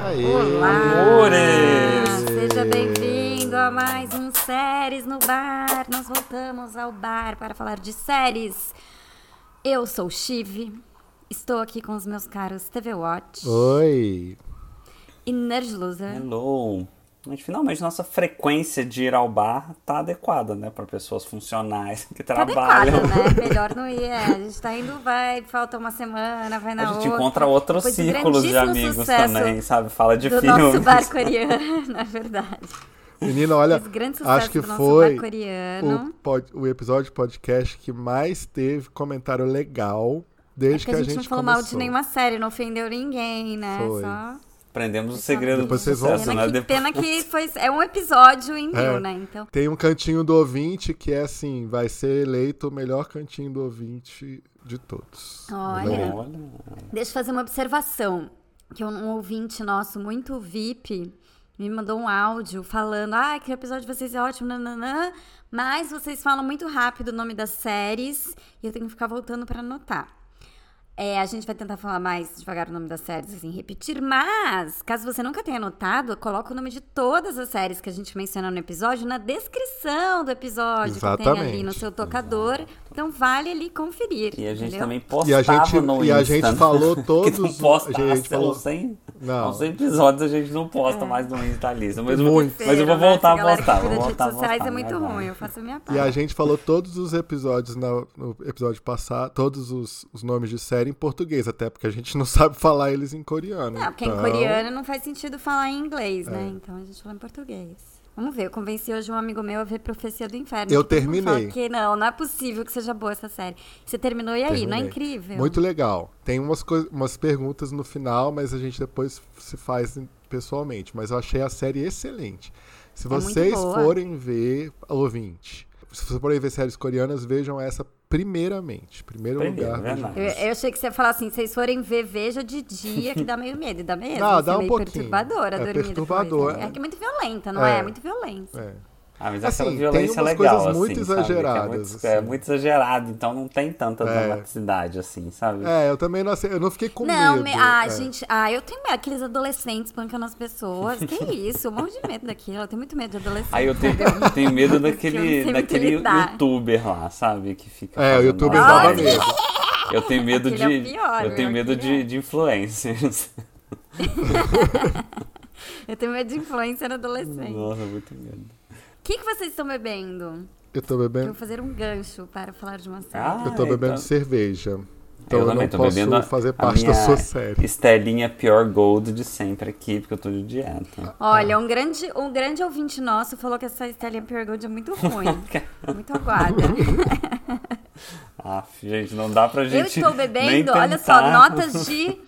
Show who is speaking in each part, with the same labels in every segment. Speaker 1: Aê.
Speaker 2: Olá!
Speaker 3: Amores!
Speaker 2: Ah, Seja bem-vindo a mais um Séries no Bar. Nós voltamos ao bar para falar de séries. Eu sou o Chive, estou aqui com os meus caros TV Watch
Speaker 1: Oi.
Speaker 2: e Nerd Loser.
Speaker 3: Hello! Mas finalmente nossa frequência de ir ao bar tá adequada, né? Pra pessoas funcionais que
Speaker 2: Tá
Speaker 3: trabalham.
Speaker 2: adequado, né? Melhor não ir. é. A gente tá indo, vai, falta uma semana, vai na
Speaker 3: A gente
Speaker 2: outra.
Speaker 3: encontra outros
Speaker 2: Foi de
Speaker 3: círculos de
Speaker 2: grandíssimo
Speaker 3: amigos
Speaker 2: sucesso
Speaker 3: também, sabe? Fala de
Speaker 2: Do
Speaker 3: filmes.
Speaker 2: nosso bar coreano, na verdade.
Speaker 1: Menina, olha,
Speaker 2: Esse grande sucesso
Speaker 1: acho que
Speaker 2: do nosso
Speaker 1: foi
Speaker 2: bar coreano.
Speaker 1: o, pod- o episódio de podcast que mais teve comentário legal desde
Speaker 2: Porque
Speaker 1: que
Speaker 2: É a gente não falou mal de
Speaker 1: começou.
Speaker 2: nenhuma série, não ofendeu ninguém, né?
Speaker 1: Foi.
Speaker 2: Só...
Speaker 3: Aprendemos o segredo
Speaker 1: Depois
Speaker 3: do
Speaker 1: vocês vão-
Speaker 3: sucesso,
Speaker 2: Pena,
Speaker 3: né?
Speaker 2: que,
Speaker 3: Depois-
Speaker 2: pena que foi, é um episódio em mil,
Speaker 1: É.
Speaker 2: né? Então,
Speaker 1: Tem um cantinho do ouvinte que é assim, vai ser eleito o melhor cantinho do ouvinte de todos.
Speaker 2: Olha.
Speaker 3: Olha.
Speaker 2: deixa eu fazer uma observação. Que um ouvinte nosso muito VIP me mandou um áudio falando ah, que o episódio de vocês é ótimo, nananã, mas vocês falam muito rápido o nome das séries e eu tenho que ficar voltando pra anotar. É, a gente vai tentar falar mais devagar o nome das séries, assim, repetir, mas caso você nunca tenha anotado, coloca o nome de todas as séries que a gente menciona no episódio na descrição do episódio, que tem ali no
Speaker 1: Exatamente.
Speaker 2: seu tocador. Então vale ali conferir.
Speaker 3: E a gente
Speaker 2: entendeu?
Speaker 3: também postava
Speaker 1: E a gente-
Speaker 3: no
Speaker 1: e a
Speaker 3: Insta,
Speaker 1: gente
Speaker 3: né?
Speaker 1: falou todos
Speaker 3: que não
Speaker 1: os-
Speaker 3: posta, assim,
Speaker 1: a gente
Speaker 3: há
Speaker 1: falou-
Speaker 3: 100,
Speaker 1: Não.
Speaker 3: há 100 episódios a gente não posta mais no Insta lista. Mas, eu vou-
Speaker 1: Muito.
Speaker 3: mas eu vou
Speaker 2: É. Feira, né?
Speaker 3: voltar a
Speaker 2: Essa galera
Speaker 3: postar.
Speaker 2: Que
Speaker 3: Vou
Speaker 2: cuida de
Speaker 3: voltar a
Speaker 2: redes sociais
Speaker 3: postar,
Speaker 2: é muito
Speaker 3: vai, vai.
Speaker 2: ruim, eu faço a minha parte.
Speaker 1: E a gente falou todos os episódios na- no episódio passado, todos os, os nomes de série em português, até porque a gente não sabe falar eles em coreano.
Speaker 2: Não, porque em
Speaker 1: então-
Speaker 2: coreano não faz sentido falar em inglês, né?
Speaker 1: É.
Speaker 2: Então a gente fala em português. Vamos ver, eu convenci hoje um amigo meu a ver Profecia do Inferno.
Speaker 1: Eu
Speaker 2: que todo mundo
Speaker 1: terminei.
Speaker 2: fala Que não, não é possível que seja boa essa série. Você terminou e aí, não
Speaker 1: Terminei.
Speaker 2: é incrível?
Speaker 1: Muito legal. Tem umas, coi- umas perguntas no final, mas a gente depois se faz em- pessoalmente. Mas eu achei a série excelente. Se
Speaker 2: É muito
Speaker 1: vocês
Speaker 2: boa.
Speaker 1: forem ver, ouvinte, se vocês forem ver séries coreanas, vejam essa primeiramente. Primeiro
Speaker 3: Primeiro,
Speaker 1: lugar.
Speaker 3: verdade.
Speaker 2: Eu, eu achei que você ia falar assim, vocês forem ver, veja de dia, que dá meio medo, e dá mesmo.
Speaker 1: Não,
Speaker 2: assim,
Speaker 1: dá um
Speaker 2: meio
Speaker 1: pouquinho.
Speaker 2: perturbadora
Speaker 1: É
Speaker 2: dormir
Speaker 1: perturbador.
Speaker 2: depois, né? É que é muito violenta, não é?
Speaker 1: É.
Speaker 2: É muito violenta.
Speaker 1: É.
Speaker 3: Ah, mas
Speaker 1: Assim,
Speaker 3: aquela
Speaker 1: tem
Speaker 3: violência é
Speaker 1: umas
Speaker 3: legal,
Speaker 1: coisas muito
Speaker 3: assim, sabe? Que É muito,
Speaker 1: exageradas,
Speaker 3: é
Speaker 1: assim.
Speaker 3: muito exagerado, então não tem tanta
Speaker 1: É.
Speaker 3: dramaticidade, assim, sabe?
Speaker 1: É, eu também não, ace- eu não fiquei com
Speaker 2: Não,
Speaker 1: medo.
Speaker 2: me- ah,
Speaker 1: é.
Speaker 2: gente, ah, eu tenho medo. Aqueles adolescentes pancando as pessoas. Que isso? Eu morro de medo daquilo. Eu tenho muito medo de adolescente.
Speaker 3: Aí eu tenho, eu tenho medo
Speaker 2: Eu não
Speaker 3: daquele,
Speaker 2: sei
Speaker 3: daquele
Speaker 2: lidar.
Speaker 3: youtuber lá, sabe? Que fica.
Speaker 1: É, o
Speaker 3: fazendo
Speaker 1: youtuber
Speaker 3: live.
Speaker 1: dava
Speaker 2: Olha!
Speaker 1: medo.
Speaker 3: Eu tenho medo de.
Speaker 2: Aquele é o pior,
Speaker 3: eu tenho
Speaker 2: meu,
Speaker 3: medo
Speaker 2: aquele é.
Speaker 3: de, de influencers.
Speaker 2: Eu tenho medo de influencer adolescente.
Speaker 3: Nossa, muito medo.
Speaker 2: O que, que vocês estão bebendo?
Speaker 1: Eu tô
Speaker 2: Eu vou
Speaker 1: bebendo,
Speaker 2: fazer um gancho para falar de uma série.
Speaker 3: Ah,
Speaker 1: eu tô
Speaker 3: então-
Speaker 1: bebendo cerveja. Então eu,
Speaker 3: também
Speaker 1: não
Speaker 3: tô
Speaker 1: posso
Speaker 3: bebendo a-
Speaker 1: fazer
Speaker 3: a
Speaker 1: parte da
Speaker 3: minha
Speaker 1: sua série.
Speaker 3: Estelinha Pure Gold de sempre aqui, porque eu tô de dieta.
Speaker 2: Olha, um grande, um grande ouvinte nosso falou que essa Stellium Pure Gold é muito ruim. muito aguada.
Speaker 3: Ah, gente, não dá pra
Speaker 2: Eu
Speaker 3: gente.
Speaker 2: estou
Speaker 3: nem
Speaker 2: bebendo,
Speaker 3: tentar.
Speaker 2: olha só, notas de.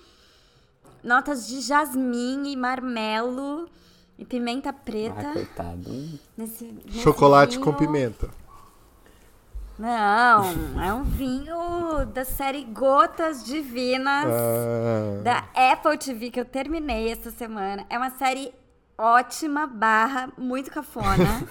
Speaker 2: Notas de jasmim e marmelo e pimenta
Speaker 3: Ah,
Speaker 2: preta.
Speaker 3: coitado.
Speaker 2: nesse, nesse
Speaker 1: Chocolate
Speaker 2: vinho.
Speaker 1: com pimenta.
Speaker 2: Não, é um vinho da série Gotas Divinas
Speaker 1: Ah,
Speaker 2: da Apple TV que eu terminei essa semana. É uma série ótima, barra, muito cafona.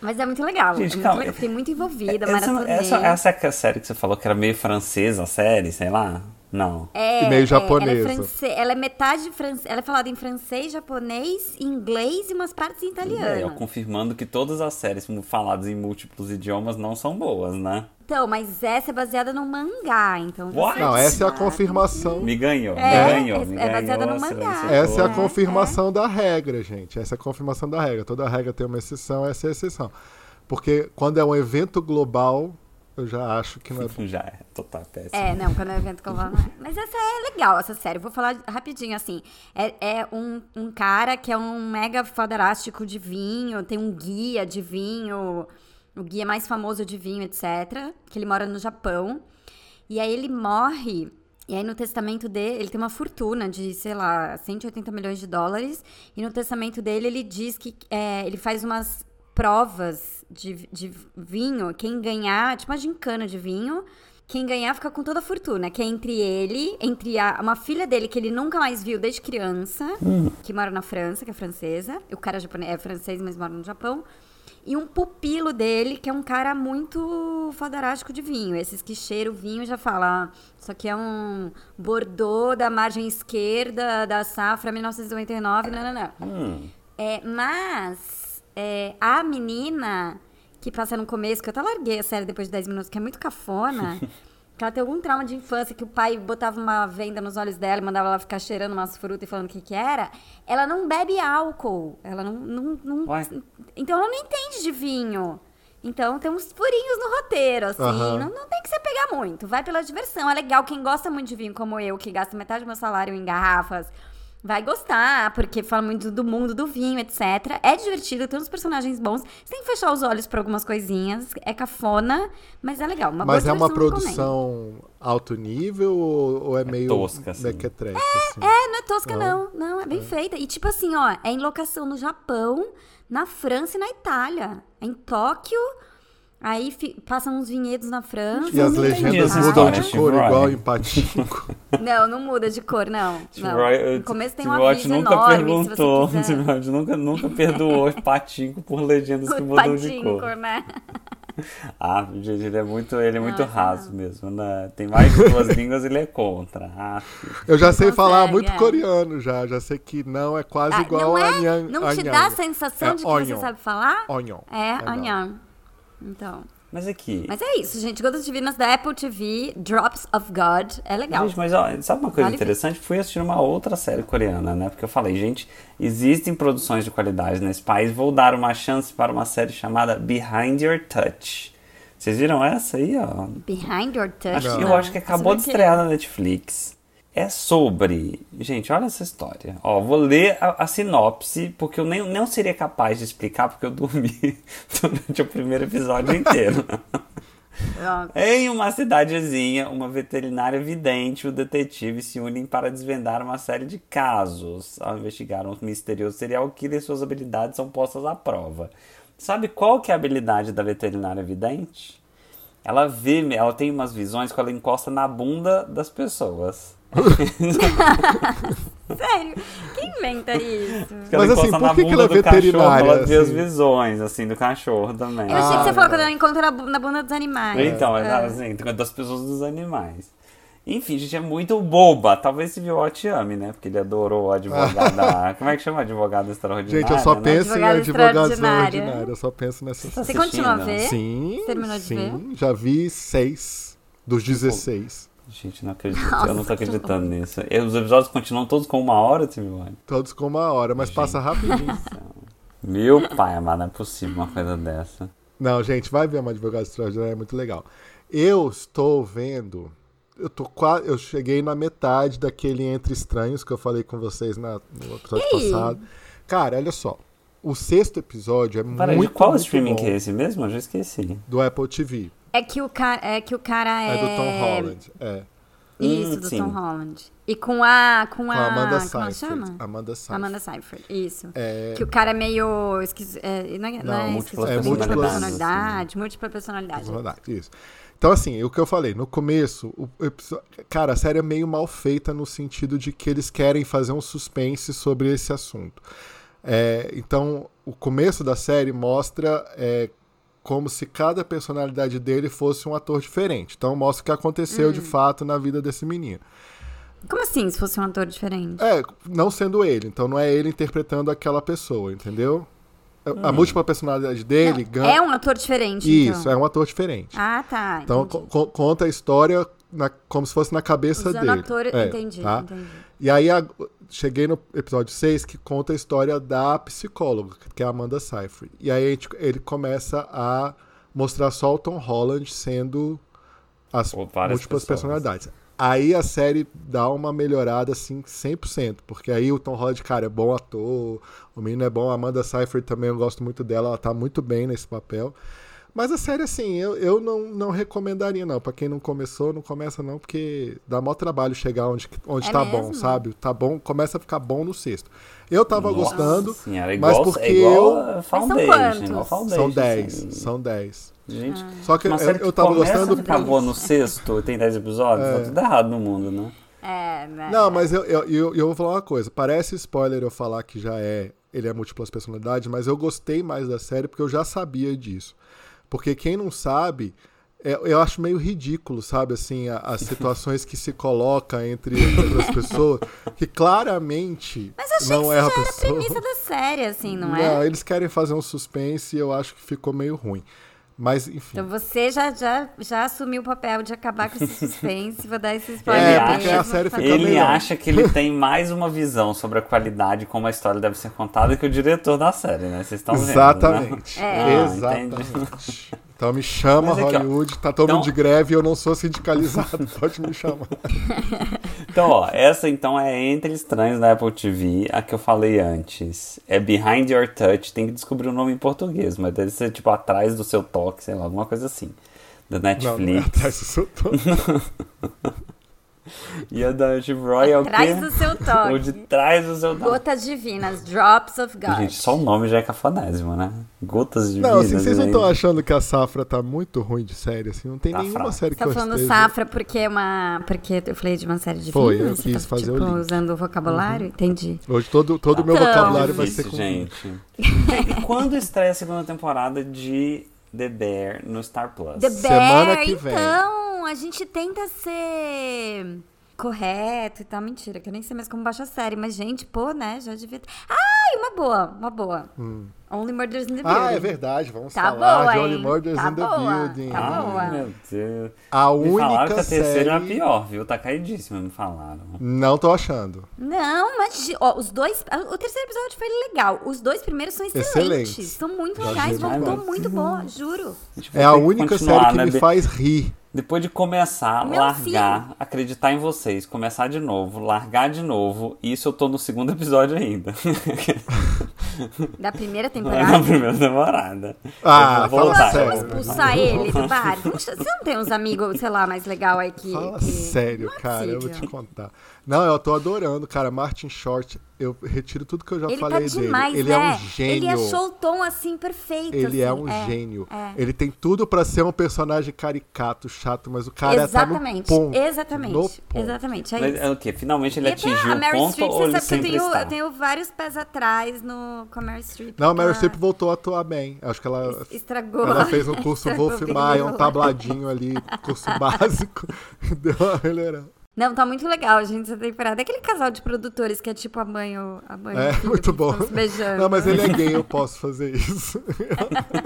Speaker 2: Mas é muito legal.
Speaker 3: Gente,
Speaker 2: é muito
Speaker 3: calma.
Speaker 2: legal. Fiquei muito envolvida,
Speaker 3: Essa, é
Speaker 2: maratonei.
Speaker 3: essa, essa é a série que você falou que era meio francesa, a série, sei lá? Não.
Speaker 2: É,
Speaker 1: E meio
Speaker 2: é,
Speaker 1: japonesa.
Speaker 2: ela, é france- ela é metade francesa. Ela é falada em francês, japonês, inglês e umas partes em
Speaker 3: É, eu
Speaker 2: italiano.
Speaker 3: confirmando que todas as séries faladas em múltiplos idiomas não são boas, né?
Speaker 2: Então, mas essa é baseada num mangá, então.
Speaker 3: What?
Speaker 2: você
Speaker 1: Não, essa é a
Speaker 2: sabe.
Speaker 1: confirmação.
Speaker 3: Me ganhou,
Speaker 2: É,
Speaker 3: me ganhou, me
Speaker 2: é
Speaker 3: ganhou.
Speaker 2: baseada no
Speaker 3: a
Speaker 2: mangá.
Speaker 3: seleção
Speaker 1: Essa é a
Speaker 3: boa.
Speaker 1: confirmação da regra, gente. Essa é a confirmação da regra. Toda regra tem uma exceção, essa é a exceção. Porque quando é um evento global, eu já acho que não é.
Speaker 3: Já é, total péssimo.
Speaker 2: É, não, quando é evento que eu vou. Mas essa é legal, essa série. Vou falar rapidinho assim. É, é um, um cara que é um mega foderástico de vinho, tem um guia de vinho, o guia mais famoso de vinho, etc. Que ele mora no Japão. E aí ele morre. E aí no testamento dele, ele tem uma fortuna de, sei lá, 180 milhões de dólares. E no testamento dele, ele diz que é, ele faz umas provas de, de vinho. Quem ganhar, tipo uma gincana de vinho, quem ganhar fica com toda a fortuna, que é entre ele, entre a- uma filha dele que ele nunca mais viu desde criança, que mora na França, que é francesa, o cara é, japonês, é francês, mas mora no Japão, E um pupilo dele, que é um cara muito fodarástico de vinho. Esses que cheiram vinho já falam, ah, isso aqui é um Bordeaux da margem esquerda da safra 1999, não, não, não.
Speaker 3: Hum.
Speaker 2: É, mas é, a menina que passa no começo, que eu até larguei a série depois de 10 minutos, que é muito cafona, que ela tem algum trauma de infância, que o pai botava uma venda nos olhos dela e mandava ela ficar cheirando umas frutas e falando o que que era, ela não bebe álcool. Ela não... não, não-
Speaker 3: Ué.
Speaker 2: então ela não entende de vinho. Então tem uns furinhos no roteiro, assim.
Speaker 1: Aham.
Speaker 2: Não, não tem que você pegar muito. Vai pela diversão. É legal. Quem gosta muito de vinho, como eu, que gasta metade do meu salário em garrafas, vai gostar, porque fala muito do mundo do vinho, etc. É divertido, tem uns personagens bons. Você tem que fechar os olhos pra algumas coisinhas. É cafona, mas é legal. Uma
Speaker 1: Mas é uma
Speaker 2: boa diversão, recomendo.
Speaker 1: produção alto nível ou, ou é, meio
Speaker 3: tosca, assim.
Speaker 1: mequetrefe, assim? É,
Speaker 2: É, não é tosca, não. Não, é
Speaker 1: Ah.
Speaker 2: bem feita. E tipo assim, ó, é em locação no Japão, na França e na Itália. É em Tóquio, aí fi- passam uns vinhedos na França.
Speaker 1: E as
Speaker 3: não entendi
Speaker 1: legendas
Speaker 3: essa
Speaker 1: mudam
Speaker 3: história,
Speaker 1: de cor,
Speaker 3: Tim
Speaker 1: igual
Speaker 3: Roy.
Speaker 1: em Patinco.
Speaker 2: Não, não muda de cor, não.
Speaker 1: Tipo,
Speaker 3: Tim
Speaker 2: não.
Speaker 3: Roy-
Speaker 2: no começo tem um
Speaker 3: Tim Roy
Speaker 2: aviso
Speaker 3: nunca
Speaker 2: enorme,
Speaker 3: perguntou,
Speaker 2: se você
Speaker 3: Tim
Speaker 2: quiser.
Speaker 3: Roy nunca, nunca perdoou Patinco por legendas que
Speaker 2: O
Speaker 3: mudam de
Speaker 2: patinco,
Speaker 3: cor.
Speaker 2: né?
Speaker 3: Ah, gente, ele é muito, ele é muito
Speaker 2: esse
Speaker 3: raso mesmo, né? Tem mais de duas línguas, ele é contra. Ah,
Speaker 1: Eu já sei
Speaker 2: Consegue,
Speaker 1: falar muito
Speaker 2: é.
Speaker 1: coreano, já. Já sei que não é quase
Speaker 2: Ah,
Speaker 1: igual
Speaker 2: não
Speaker 1: a
Speaker 2: é?
Speaker 1: Anyang.
Speaker 2: não te dá a
Speaker 1: Anyang.
Speaker 2: sensação
Speaker 1: É
Speaker 2: de que
Speaker 1: onion.
Speaker 2: você sabe falar?
Speaker 1: Onion.
Speaker 2: É,
Speaker 1: Legal.
Speaker 2: onion. Então.
Speaker 3: mas aqui,
Speaker 2: Mas é isso, gente. Gotas Divinas da Apple TV, Drops of God. É legal.
Speaker 3: Gente, mas ó, sabe uma coisa
Speaker 2: Vale
Speaker 3: interessante? Fui assistir uma outra série coreana, né? Porque eu falei, gente, existem produções de qualidade nesse país, vou dar uma chance para uma série chamada Behind Your Touch. Vocês viram essa aí, ó?
Speaker 2: Behind Your Touch.
Speaker 3: Acho- eu
Speaker 2: não.
Speaker 3: acho que acabou
Speaker 2: Sobre
Speaker 3: de
Speaker 2: o quê?
Speaker 3: estrear na Netflix. É sobre. Gente, olha essa história. Ó, vou ler a, a sinopse, porque eu nem, não seria capaz de explicar, porque eu dormi durante o primeiro episódio inteiro.
Speaker 2: Ó,
Speaker 3: Em uma cidadezinha, uma veterinária vidente e o detetive se unem para desvendar uma série de casos. Ao investigar um misterioso serial killer, suas habilidades são postas à prova. Sabe qual que é a habilidade da veterinária vidente? Ela vê, ela tem umas visões que ela encosta na bunda das pessoas.
Speaker 2: Sério? Quem inventa isso?
Speaker 3: Que ela
Speaker 1: Mas, assim,
Speaker 3: encosta
Speaker 1: por
Speaker 3: na
Speaker 1: que que ela
Speaker 3: bunda
Speaker 1: é
Speaker 3: do cachorro,
Speaker 1: veterinária,
Speaker 3: ela vê as
Speaker 1: assim?
Speaker 3: visões, assim, do cachorro também.
Speaker 2: Eu achei que você
Speaker 1: Ah,
Speaker 2: falou quando ela encontra na bu- na bunda dos animais. Ah.
Speaker 3: Então, é, assim, das pessoas e dos animais. Enfim, gente, é muito boba. Talvez esse Viola te ame, né? Porque ele adorou a advogada. Como é que chama a advogada extraordinária?
Speaker 1: Gente, eu só
Speaker 3: né?
Speaker 1: penso em
Speaker 2: Advogada
Speaker 1: advogados
Speaker 2: extraordinária.
Speaker 1: extraordinários. Eu só penso nessas
Speaker 3: Tá
Speaker 2: Você
Speaker 3: assistindo?
Speaker 2: continua a ver?
Speaker 1: Sim,
Speaker 2: Você terminou de
Speaker 1: sim. Já vi seis dos 16.
Speaker 3: Gente, não acredito. eu não tô acreditando nisso. E os episódios continuam todos com uma hora, Timone?
Speaker 1: Todos com uma hora, mas passa rapidinho.
Speaker 3: Meu pai, amado, não é possível uma coisa dessa.
Speaker 1: Não, gente, vai ver uma advogada extraordinária, é muito legal. Eu estou vendo. Eu, tô quase, eu cheguei na metade daquele Entre Estranhos que eu falei com vocês na, no episódio
Speaker 2: Ei!
Speaker 1: passado. Cara, olha só. O sexto episódio é
Speaker 3: Para
Speaker 1: muito.
Speaker 3: de qual
Speaker 1: muito
Speaker 3: streaming
Speaker 1: bom,
Speaker 3: que é esse mesmo? Eu já esqueci.
Speaker 1: Do Apple TV.
Speaker 2: É que o cara é. Que o cara
Speaker 1: É,
Speaker 2: é...
Speaker 1: do Tom Holland. É.
Speaker 2: Isso,
Speaker 3: Hum,
Speaker 2: do
Speaker 3: sim.
Speaker 2: Tom Holland. E com a. Com
Speaker 1: Com
Speaker 2: a,
Speaker 1: a Amanda
Speaker 2: como ela
Speaker 1: Seyfried.
Speaker 2: chama?
Speaker 1: Amanda Seyfried.
Speaker 2: Amanda Seyfried, isso.
Speaker 1: É.
Speaker 2: Que o cara é meio. Esquiz... É, não é, não, é
Speaker 3: múltiplas
Speaker 2: esquizo-
Speaker 1: É, múltiplas-
Speaker 2: personalidade. Múltipla personalidade.
Speaker 1: Verdade, isso. Então, assim, o que eu falei, no começo, o episódio, cara, a série é meio mal feita no sentido de que eles querem fazer um suspense sobre esse assunto. É, então, o começo da série mostra é, como se cada personalidade dele fosse um ator diferente. Então, mostra o que aconteceu
Speaker 2: Hum.
Speaker 1: de fato na vida desse menino.
Speaker 2: Como assim, se fosse um ator diferente?
Speaker 1: É, não sendo ele. Então, não é ele interpretando aquela pessoa, entendeu? É, A a múltipla personalidade dele ganha.
Speaker 2: Hum. É um ator diferente.
Speaker 1: Isso,
Speaker 2: então.
Speaker 1: é um ator diferente.
Speaker 2: Ah, tá.
Speaker 1: Então
Speaker 2: entendi.
Speaker 1: co- co- conta a história na- como se fosse na cabeça
Speaker 2: Usando
Speaker 1: dele.
Speaker 2: ator.
Speaker 1: É,
Speaker 2: entendi,
Speaker 1: tá?
Speaker 2: entendi.
Speaker 1: E aí a- cheguei no episódio 6 que conta a história da psicóloga, que é a Amanda Seyfried. E aí a gente- ele começa a mostrar só o Tom Holland sendo as
Speaker 3: Ou várias
Speaker 1: múltiplas
Speaker 3: pessoas. né?
Speaker 1: personalidades. Aí a série dá uma melhorada assim 100%, porque aí o Tom Holland, cara, é bom ator, o menino é bom, a Amanda Seyfried também, eu gosto muito dela, ela tá muito bem nesse papel. Mas a série, assim, eu, eu não, não recomendaria, não. Pra quem não começou, não começa não, porque dá mó trabalho chegar onde, que- onde
Speaker 2: É
Speaker 1: tá bom,
Speaker 2: mesmo?
Speaker 1: sabe? Tá bom, começa a ficar bom no sexto. Eu tava
Speaker 3: Nossa
Speaker 1: gostando,
Speaker 3: senhora, é
Speaker 1: mas
Speaker 3: igual-
Speaker 1: porque
Speaker 3: é igual
Speaker 1: eu-
Speaker 3: a Foundation.
Speaker 2: quantos?
Speaker 3: Igual a Foundation,
Speaker 1: são 10,
Speaker 3: assim.
Speaker 1: são 10.
Speaker 3: Gente,
Speaker 2: Ah.
Speaker 1: Só que
Speaker 3: uma
Speaker 1: eu,
Speaker 3: série
Speaker 1: eu tava
Speaker 3: começa
Speaker 1: gostando... É.
Speaker 3: e Acabou no sexto, tem 10 episódios, tá tudo errado no mundo, né?
Speaker 2: É, né?
Speaker 1: Não, mas eu, eu, eu, eu vou falar uma coisa. Parece spoiler eu falar que já é ele é múltiplas personalidades, mas eu gostei mais da série porque eu já sabia disso. Porque quem não sabe, é, eu acho meio ridículo, sabe, assim, a, as situações que se coloca entre as pessoas, que claramente
Speaker 2: Mas eu achei
Speaker 1: não
Speaker 2: que
Speaker 1: é a
Speaker 2: isso já
Speaker 1: pessoa.
Speaker 2: era a premissa da série, assim, não, é?
Speaker 1: eles querem fazer um suspense e eu acho que ficou meio ruim. Mas, enfim.
Speaker 2: Então você já, já, já assumiu o papel de acabar com esse suspense, vou dar esse spoiler
Speaker 1: É,
Speaker 3: porque
Speaker 2: mesmo,
Speaker 1: a série fica
Speaker 2: falei.
Speaker 1: meio-
Speaker 3: Ele
Speaker 1: melhor.
Speaker 3: acha que ele tem mais uma visão sobre a qualidade como a história deve ser contada que o diretor da série, né? Vocês estão vendo, né?
Speaker 1: Exatamente.
Speaker 3: É. Ah,
Speaker 1: Exatamente. Então me chama,
Speaker 3: Mas aqui, ó.
Speaker 1: Hollywood. Tá todo
Speaker 3: Então-
Speaker 1: mundo de greve e eu não sou sindicalizado. Pode me chamar.
Speaker 3: Então, ó, essa então é Entre Estranhos da Apple TV, a que eu falei antes. É Behind Your Touch, tem que descobrir o nome em português, mas deve ser tipo Atrás do Seu Toque, sei lá, alguma coisa assim. Da
Speaker 1: Não, não é
Speaker 3: Netflix.
Speaker 1: atrás do seu tom.
Speaker 3: E a da Steve Roy é o
Speaker 2: Atrás
Speaker 3: quê?
Speaker 2: do seu
Speaker 3: O de
Speaker 2: toque.
Speaker 3: trás do seu toque.
Speaker 2: Gotas divinas, drops of God.
Speaker 3: Gente, só o nome já é cafonésimo, né? Gotas de
Speaker 1: Não, assim,
Speaker 3: vida,
Speaker 1: vocês não
Speaker 3: né?
Speaker 1: estão achando que a safra tá muito ruim de série, assim. Não tem
Speaker 3: Tá
Speaker 1: nenhuma
Speaker 3: fraca.
Speaker 1: série que
Speaker 2: Você tá
Speaker 1: eu
Speaker 2: falando
Speaker 1: esteja...
Speaker 2: safra porque é uma. Porque eu falei de uma série de
Speaker 1: Foi,
Speaker 2: vinhos,
Speaker 1: eu
Speaker 2: você
Speaker 1: quis
Speaker 2: tá,
Speaker 1: fazer o
Speaker 2: tipo,
Speaker 1: link. Uhum.
Speaker 2: usando o vocabulário? Entendi.
Speaker 1: Hoje todo o todo o meu
Speaker 2: Então,
Speaker 1: vocabulário vai
Speaker 3: Difícil,
Speaker 1: ser com...
Speaker 3: gente. E quando estreia a segunda temporada de The Bear no Star Plus?
Speaker 2: The
Speaker 1: Semana
Speaker 2: Bear,
Speaker 1: que vem.
Speaker 2: então, a gente tenta ser correto e tal. Mentira, que eu nem sei mais como baixa a série. Mas, gente, pô, né? Já devia. ter- Ai, uma boa, uma boa. Only Murders in the Building.
Speaker 1: Hum. Ah, é verdade. Vamos
Speaker 2: Tá
Speaker 1: falar
Speaker 2: boa,
Speaker 1: de Only
Speaker 2: hein?
Speaker 1: Murders
Speaker 2: Tá
Speaker 1: in the
Speaker 2: boa,
Speaker 1: Building.
Speaker 2: tá boa.
Speaker 3: Ai, Ah, meu Deus.
Speaker 1: A
Speaker 3: Me falaram
Speaker 1: única
Speaker 3: que a terceira é a
Speaker 1: série-
Speaker 3: pior, viu? Tá caidíssima, me falaram.
Speaker 1: Não tô achando.
Speaker 2: Não, mas ó, os dois. ah, O terceiro episódio foi legal. Os dois primeiros são excelentes.
Speaker 1: Excelentes.
Speaker 2: São muito
Speaker 1: Já
Speaker 2: legais,
Speaker 1: achei
Speaker 2: voltou
Speaker 3: demais.
Speaker 2: muito bom, juro.
Speaker 3: gente vai
Speaker 1: É a
Speaker 3: ter que
Speaker 1: única
Speaker 3: continuar,
Speaker 1: série que
Speaker 3: né,
Speaker 1: me
Speaker 3: Be-
Speaker 1: faz rir.
Speaker 3: Depois de começar,
Speaker 2: Meu
Speaker 3: largar, acreditar em vocês, começar de novo, largar de novo, isso eu tô no segundo episódio ainda.
Speaker 2: Da primeira
Speaker 3: Não é na
Speaker 2: temporada.
Speaker 3: primeira temporada.
Speaker 1: Ah,
Speaker 3: Eu vou
Speaker 1: fala
Speaker 3: voltar.
Speaker 2: Nossa,
Speaker 1: sério.
Speaker 2: vamos expulsar ele do bar. Vamos- Você não tem uns amigos, sei lá, mais legal aí que.
Speaker 1: Fala
Speaker 2: que-
Speaker 1: sério,
Speaker 2: Não é
Speaker 1: cara, eu vou te
Speaker 2: possível.
Speaker 1: contar. Não, eu tô adorando, cara. Martin Short, eu retiro tudo que eu já
Speaker 2: Ele tá
Speaker 1: falei
Speaker 2: demais,
Speaker 1: dele. Ele
Speaker 2: né?
Speaker 1: é um gênio.
Speaker 2: Ele achou o tom assim perfeito.
Speaker 1: Ele é
Speaker 2: assim,
Speaker 1: um gênio.
Speaker 2: é.
Speaker 1: Ele tem tudo pra ser um personagem caricato, chato, mas o cara
Speaker 2: exatamente,
Speaker 1: tá no ponto.
Speaker 2: exatamente,
Speaker 1: no ponto.
Speaker 2: exatamente, é
Speaker 3: Mas
Speaker 2: isso.
Speaker 3: é o quê? Finalmente ele
Speaker 2: e até
Speaker 3: atingiu
Speaker 2: a
Speaker 3: o
Speaker 2: Mary
Speaker 3: ponto
Speaker 2: Streep,
Speaker 3: ou ele
Speaker 2: você sabe que
Speaker 3: sempre
Speaker 2: eu tenho,
Speaker 3: está?
Speaker 2: eu tenho vários pés atrás no, com a Mary Streep.
Speaker 1: Não, a Meryl
Speaker 2: ela
Speaker 1: Streep voltou a atuar bem. Acho que ela,
Speaker 2: Estragou.
Speaker 1: ela fez um curso
Speaker 2: estragou
Speaker 1: Wolf
Speaker 2: Big
Speaker 1: Maia, um
Speaker 2: Little
Speaker 1: tabladinho ali, curso básico. Deu uma melhorada.
Speaker 2: Não, tá muito legal, gente, essa temporada. É Aquele casal de produtores que é tipo a mãe ou a mãe. e o
Speaker 1: É,
Speaker 2: filho
Speaker 1: muito
Speaker 2: que
Speaker 1: bom.
Speaker 2: ficam Se beijando.
Speaker 1: Não, mas ele é gay, eu posso fazer isso.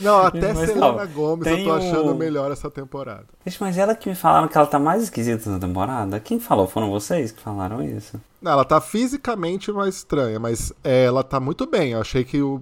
Speaker 1: Não, até
Speaker 3: Mas,
Speaker 1: Selena
Speaker 3: Laura,
Speaker 1: Gomes eu
Speaker 3: tem
Speaker 1: tô
Speaker 3: um-
Speaker 1: achando melhor essa temporada.
Speaker 3: Gente, mas ela que me falaram que ela tá mais esquisita na temporada? Quem falou? Foram vocês que falaram isso?
Speaker 1: Não, ela tá fisicamente mais estranha, mas é, ela tá muito bem. Eu achei que o,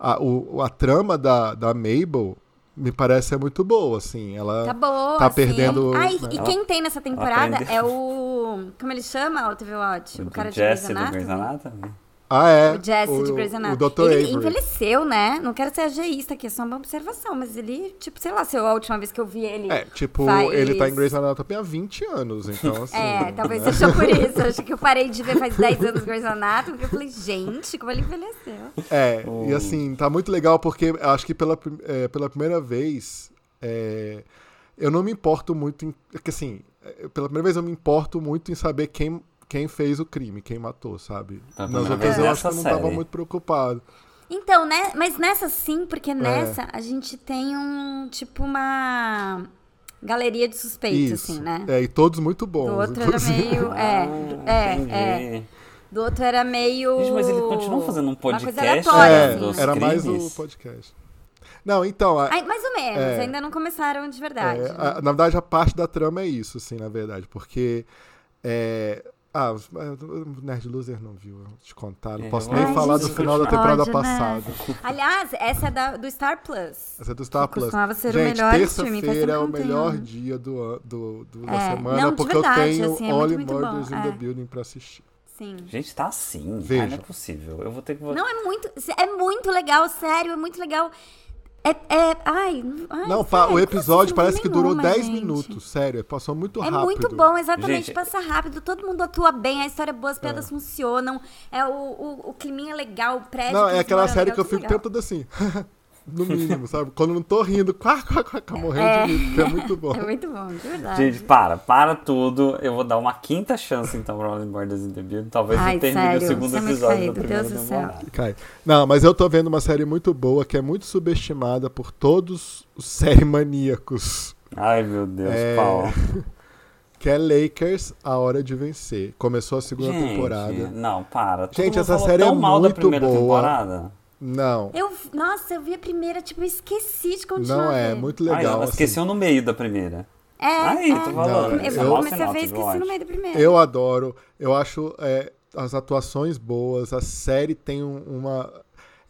Speaker 1: a, a, o- a trama da, da Mabel me parece é muito boa, assim. Ela
Speaker 2: Tá boa.
Speaker 1: tá
Speaker 2: assim.
Speaker 1: perdendo,
Speaker 2: Ai,
Speaker 1: né?
Speaker 2: e quem tem nessa temporada
Speaker 3: aprendeu.
Speaker 2: é o. Como ele chama o TV Watch? O Tipo, cara de Grey's
Speaker 3: Tipo, Jesse do
Speaker 2: Anatomy?
Speaker 3: Grey's Anatomy?
Speaker 1: Ah, é.
Speaker 2: O Jesse de Grey's
Speaker 1: O
Speaker 2: Anatomy.
Speaker 1: Dr.
Speaker 2: Ele
Speaker 1: Avery.
Speaker 2: envelheceu, né? Não quero ser ageísta aqui, é só uma observação, mas ele, tipo, sei lá se eu- a última vez que eu vi ele.
Speaker 1: É, tipo,
Speaker 2: faz-
Speaker 1: ele tá em Grey's Anatomy há 20 anos, então assim.
Speaker 2: É, talvez seja por isso. Acho que eu parei de ver faz 10 anos Grey's Anatomy, porque eu falei, gente, como ele envelheceu.
Speaker 1: É,
Speaker 3: O-
Speaker 1: e assim, tá muito legal porque eu acho que pela, prim- é, pela primeira vez é, eu não me importo muito em. é que assim, é, pela primeira vez eu me importo muito em saber quem, quem fez o crime, quem matou, sabe?
Speaker 3: Pela
Speaker 1: Nas
Speaker 3: primeira
Speaker 1: outras
Speaker 3: vez
Speaker 1: eu acho que
Speaker 3: Tá nessa
Speaker 1: eu não tava
Speaker 3: série.
Speaker 1: muito preocupado.
Speaker 2: Então, né? Mas nessa sim, porque
Speaker 1: É.
Speaker 2: nessa a gente tem um, tipo, uma galeria de suspeitos,
Speaker 1: Isso.
Speaker 2: assim, né?
Speaker 1: É, e todos muito
Speaker 2: Do
Speaker 1: bons.
Speaker 2: outro era
Speaker 1: inclusive.
Speaker 2: meio. É,
Speaker 3: Ah, entendi.
Speaker 2: é, é. Do outro era meio.
Speaker 3: Gente, mas ele continua fazendo um
Speaker 2: Uma
Speaker 3: podcast,
Speaker 2: coisa
Speaker 3: né,
Speaker 2: aleatória,
Speaker 1: É,
Speaker 2: assim,
Speaker 3: dos
Speaker 2: né?
Speaker 1: era mais o
Speaker 3: crimes.
Speaker 1: podcast. Não, então, a-
Speaker 2: Ai, mais ou menos,
Speaker 1: É.
Speaker 2: ainda não começaram de verdade. né?
Speaker 1: É, a- na verdade, a parte da trama é isso, assim, na verdade, porque. É, ah, os- ah, o Nerd Loser não viu, eu te contar. Não
Speaker 3: É,
Speaker 1: posso
Speaker 3: eu
Speaker 1: nem
Speaker 3: acho
Speaker 1: falar
Speaker 3: que
Speaker 1: do
Speaker 3: isso
Speaker 1: final da
Speaker 2: pode,
Speaker 1: temporada
Speaker 2: né?
Speaker 1: passada.
Speaker 2: Aliás, essa é da, do Star Plus.
Speaker 1: Essa é do Star Plus.
Speaker 2: Costumava ser o
Speaker 1: Gente,
Speaker 2: melhor streaming, faz tempo
Speaker 1: terça-feira é o
Speaker 2: que não tem,
Speaker 1: melhor
Speaker 2: né?
Speaker 1: dia do, an- do, do-
Speaker 2: É,
Speaker 1: da semana,
Speaker 2: não, de
Speaker 1: porque eu
Speaker 2: verdade,
Speaker 1: tenho
Speaker 2: assim, é muito,
Speaker 1: Only
Speaker 2: muito bom,
Speaker 1: Murders in the
Speaker 2: é.
Speaker 1: Building pra assistir.
Speaker 2: Sim.
Speaker 3: Gente, tá assim.
Speaker 1: Veja.
Speaker 3: Ai, não é possível. Eu vou ter que... vo-
Speaker 2: Não, é muito. É muito legal, sério, é muito legal. É. é ai, ai,
Speaker 1: não, pa-
Speaker 2: sério,
Speaker 1: o
Speaker 2: eu
Speaker 1: episódio
Speaker 2: não assisto
Speaker 1: parece que durou
Speaker 2: nenhuma,
Speaker 1: 10
Speaker 2: gente.
Speaker 1: minutos, sério, passou muito
Speaker 2: É
Speaker 1: rápido.
Speaker 2: muito bom, exatamente.
Speaker 3: Gente,
Speaker 2: passa rápido, todo mundo atua bem, a história é boa, as piadas funcionam, é o, o, o climinha é legal, o prédio.
Speaker 1: Não,
Speaker 2: que
Speaker 1: é
Speaker 2: eles
Speaker 1: aquela
Speaker 2: moram é
Speaker 1: série
Speaker 2: legal,
Speaker 1: que eu
Speaker 2: tudo
Speaker 1: fico o
Speaker 2: legal.
Speaker 1: tempo todo assim. No mínimo, sabe? Quando não tô rindo, quá, quá, quá, quá morrendo
Speaker 2: É.
Speaker 1: de rir, porque é muito bom.
Speaker 2: É muito bom, de verdade.
Speaker 3: Gente, para, para tudo. Eu vou dar uma quinta chance então pra Only Murders in the Building. Talvez
Speaker 2: Ai,
Speaker 3: eu termine
Speaker 2: sério,
Speaker 3: o segundo
Speaker 2: você é muito
Speaker 3: episódio
Speaker 2: caído,
Speaker 3: da primeira
Speaker 2: Deus do céu.
Speaker 3: temporada.
Speaker 1: Cai. Não, mas eu tô vendo uma série muito boa que é muito subestimada por todos os série maníacos.
Speaker 3: Ai, meu Deus,
Speaker 1: É.
Speaker 3: Paulo.
Speaker 1: Que é Lakers, A Hora de Vencer. Começou a segunda
Speaker 3: Gente,
Speaker 1: temporada.
Speaker 3: Não, para. Todo
Speaker 1: Gente,
Speaker 3: mundo
Speaker 1: essa
Speaker 3: falou
Speaker 1: série é
Speaker 3: tão mal da
Speaker 1: muito
Speaker 3: primeira
Speaker 1: boa.
Speaker 3: temporada.
Speaker 1: Não,
Speaker 2: Eu, nossa, eu vi a primeira, tipo, eu esqueci de continuar.
Speaker 1: não é.
Speaker 2: vendo.
Speaker 1: Muito
Speaker 3: Ai,
Speaker 1: legal.
Speaker 3: ela
Speaker 1: assim.
Speaker 3: esqueceu no meio da primeira.
Speaker 2: É,
Speaker 3: Aí,
Speaker 2: é.
Speaker 3: tô
Speaker 1: falando,
Speaker 2: Eu,
Speaker 1: isso
Speaker 2: eu
Speaker 1: é um
Speaker 2: comecei a
Speaker 3: sinal,
Speaker 2: ver e
Speaker 3: tudo
Speaker 2: esqueci no
Speaker 3: ótimo.
Speaker 2: meio da primeira.
Speaker 1: Eu adoro. Eu acho é, as atuações boas. A série tem um- uma.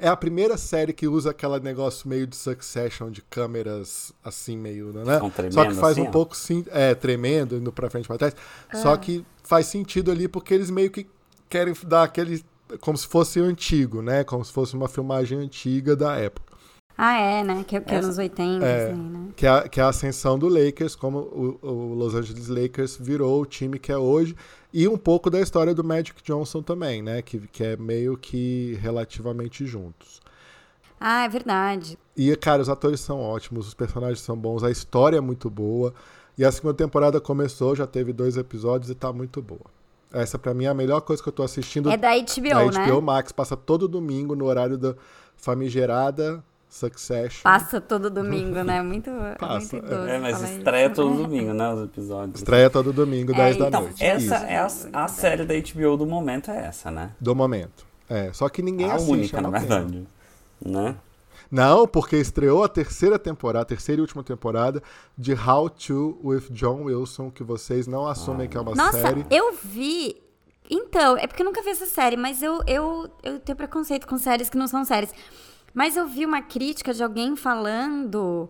Speaker 1: É a primeira série que usa aquele negócio meio de Succession, de câmeras assim, meio. Né?
Speaker 3: São tremendo,
Speaker 1: Só que faz
Speaker 3: assim,
Speaker 1: um
Speaker 3: ó.
Speaker 1: pouco. Sim, é, tremendo, indo pra frente e pra trás. Só que faz sentido ali, porque eles meio que querem dar aquele. Como se fosse antigo, né? Como se fosse uma filmagem antiga da época.
Speaker 2: Ah, é, né? Que, que anos 80,
Speaker 1: É.
Speaker 2: assim, né?
Speaker 1: que é, a- que é a ascensão do Lakers, como o, o Los Angeles Lakers virou o time que é hoje, e um pouco da história do Magic Johnson também, né? Que, que é meio que relativamente juntos.
Speaker 2: Ah, é verdade.
Speaker 1: E, cara, os atores são ótimos, os personagens são bons, a história é muito boa. E assim a segunda temporada começou, já teve dois episódios e tá muito boa. Essa, pra mim, é a melhor coisa que eu tô assistindo
Speaker 2: É da
Speaker 1: na
Speaker 2: HBO, né?
Speaker 1: HBO Max. Passa todo domingo no horário da famigerada Succession.
Speaker 2: Passa todo domingo, né? Muito, é
Speaker 1: Passa, é.
Speaker 2: muito doce
Speaker 3: É, mas
Speaker 2: falar isso.
Speaker 3: estreia todo domingo, né? Os episódios.
Speaker 1: Estreia todo domingo,
Speaker 2: É,
Speaker 1: 10 da
Speaker 2: então,
Speaker 1: noite.
Speaker 3: Essa
Speaker 1: Isso.
Speaker 3: é a, a série da HBO do momento, é essa, né?
Speaker 1: Do momento. É, só que ninguém
Speaker 3: a
Speaker 1: assiste.
Speaker 3: única,
Speaker 1: eu
Speaker 3: na
Speaker 1: não tenho.
Speaker 3: verdade. Né?
Speaker 1: Não, porque estreou a terceira temporada, a terceira e última temporada de How to with John Wilson, que vocês não
Speaker 3: Ah.
Speaker 1: assumem que é uma
Speaker 2: Nossa,
Speaker 1: série.
Speaker 2: eu vi. Então, é porque eu nunca vi essa série, mas eu, eu, eu tenho preconceito com séries que não são séries. Mas eu vi uma crítica de alguém falando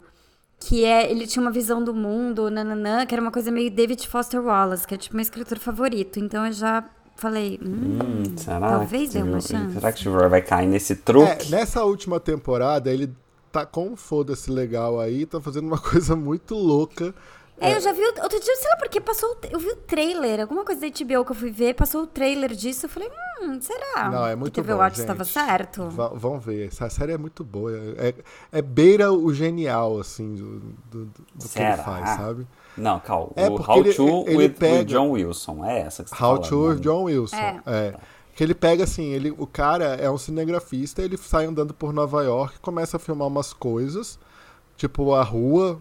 Speaker 2: que é, ele tinha uma visão do mundo, nananã, que era uma coisa meio David Foster Wallace, que é tipo meu escritor favorito. Então eu já falei, hum,
Speaker 3: Hum, será?
Speaker 2: talvez
Speaker 3: que
Speaker 2: dê uma
Speaker 3: o-
Speaker 2: chance.
Speaker 3: Será que o Shiver vai cair nesse truque?
Speaker 1: É, nessa última temporada, ele tá com um foda-se legal aí, tá fazendo uma coisa muito louca.
Speaker 2: É, eu já vi o- outro dia, sei lá porque passou, o- eu vi o trailer, alguma coisa da HBO que eu fui ver, passou o trailer disso, eu falei, hum, será?
Speaker 1: Não, é muito
Speaker 2: que TV
Speaker 1: bom,
Speaker 2: Watch
Speaker 1: gente.
Speaker 2: estava certo.
Speaker 1: Va- vão ver, essa série é muito boa. É, é beira o genial, assim, do, do- do- do que ele
Speaker 3: Será?
Speaker 1: faz, sabe?
Speaker 3: Não, calma.
Speaker 1: É,
Speaker 3: o
Speaker 1: porque
Speaker 3: How
Speaker 1: ele-
Speaker 3: to
Speaker 1: ele
Speaker 3: with,
Speaker 1: pega-
Speaker 3: with John Wilson. É essa que você tá
Speaker 1: How
Speaker 3: falando,
Speaker 1: to with
Speaker 3: né?
Speaker 1: John Wilson.
Speaker 2: É.
Speaker 1: É. Que ele pega assim, ele, o cara é um cinegrafista, ele sai andando por Nova York, começa a filmar umas coisas, tipo a rua,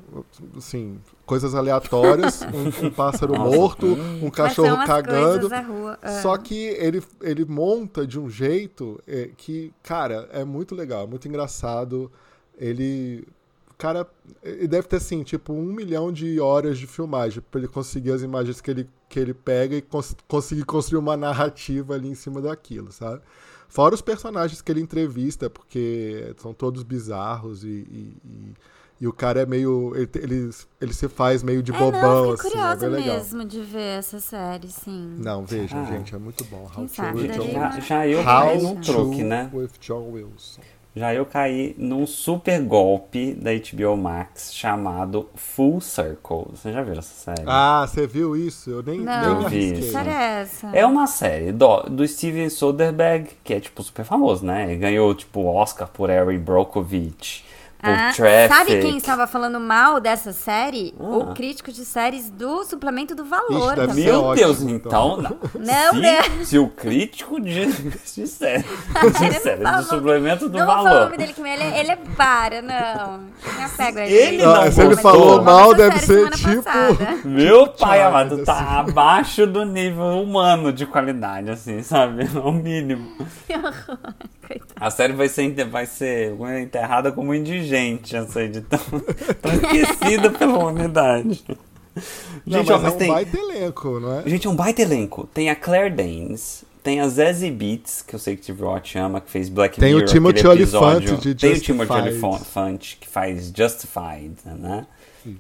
Speaker 1: assim, coisas aleatórias, um, um pássaro morto, um
Speaker 2: Mas
Speaker 1: cachorro
Speaker 2: são as
Speaker 1: cagando.
Speaker 2: coisas da rua, é.
Speaker 1: Só que ele, ele monta de um jeito é, que, cara, é muito legal, é muito engraçado. Ele. O cara. Ele deve ter, assim, tipo, um milhão de horas de filmagem pra ele conseguir as imagens que ele, que ele pega e cons- conseguir construir uma narrativa ali em cima daquilo, sabe? Fora os personagens que ele entrevista, porque são todos bizarros e. e- e- e o cara é meio. Ele, ele, ele se faz meio de
Speaker 2: é,
Speaker 1: bobão,
Speaker 2: não, eu
Speaker 1: assim.
Speaker 2: fiquei
Speaker 1: É
Speaker 2: curiosa
Speaker 1: bem legal.
Speaker 2: mesmo de ver essa série, sim.
Speaker 1: Não, vejam,
Speaker 3: Ah.
Speaker 1: gente, é muito bom. How
Speaker 2: Quem
Speaker 1: to
Speaker 2: sabe
Speaker 1: with
Speaker 2: daí
Speaker 1: John
Speaker 3: Já,
Speaker 2: uma-
Speaker 3: já eu
Speaker 1: How
Speaker 3: caí num
Speaker 1: to
Speaker 3: truque, né?
Speaker 1: with John Wilson.
Speaker 3: Já eu caí num super golpe da HBO Max chamado Full Circle. Vocês já viram essa série?
Speaker 1: Ah, você viu isso? Eu nem,
Speaker 2: Não,
Speaker 1: nem
Speaker 3: Eu vi
Speaker 1: arrisquei.
Speaker 2: que
Speaker 3: isso.
Speaker 2: série é essa?
Speaker 3: É uma série do, do Steven Soderbergh, que é, tipo, super famoso, né? Ele ganhou, tipo, Oscar por Harry Brokovich, por
Speaker 2: Ah,
Speaker 3: Traffic.
Speaker 2: sabe quem tá estava falando mal dessa série?
Speaker 3: Ah.
Speaker 2: O crítico de séries do suplemento do valor tá
Speaker 1: Ixi, deve
Speaker 2: também.
Speaker 3: Meu
Speaker 1: Isso é
Speaker 3: Deus,
Speaker 1: ótimo,
Speaker 3: então.
Speaker 2: Não,
Speaker 3: se,
Speaker 2: né?
Speaker 3: se o crítico de, de série,
Speaker 2: Ele
Speaker 3: de
Speaker 2: não
Speaker 3: série
Speaker 2: fala o nome-
Speaker 3: do suplemento do
Speaker 2: Não vou falar o
Speaker 3: valor.
Speaker 2: nome dele, que ele, é- ele é para, não. Eu Me apego a ele.
Speaker 3: Ele não
Speaker 1: Ah, se ele
Speaker 3: gostou.
Speaker 1: falou
Speaker 3: Mas
Speaker 1: mal,
Speaker 2: essa
Speaker 1: deve
Speaker 2: série
Speaker 1: ser
Speaker 2: semana
Speaker 1: tipo.
Speaker 2: passada.
Speaker 3: Meu pai
Speaker 1: Charles,
Speaker 3: amado, tá
Speaker 1: assim.
Speaker 3: abaixo do nível humano de qualidade, assim, sabe? Ao mínimo.
Speaker 2: Coitado.
Speaker 3: A série vai ser, inte- vai ser enterrada como indigente, essa edição. Tão esquecida pela humanidade.
Speaker 1: Não, mas
Speaker 3: Gente, ó,
Speaker 1: é
Speaker 3: mas
Speaker 1: um
Speaker 3: tem.
Speaker 1: baita elenco, não é?
Speaker 3: Gente, é um baita elenco. Tem a Claire Danes, tem a Zazie Beats, que eu sei que o TV Watch ama, que fez Black
Speaker 1: Tem o
Speaker 3: Mirror.
Speaker 1: Timothy
Speaker 3: aquele episódio.
Speaker 1: Olyphant de
Speaker 3: Tem o
Speaker 1: Justified.
Speaker 3: Timothy Olyphant, que faz Justified, né?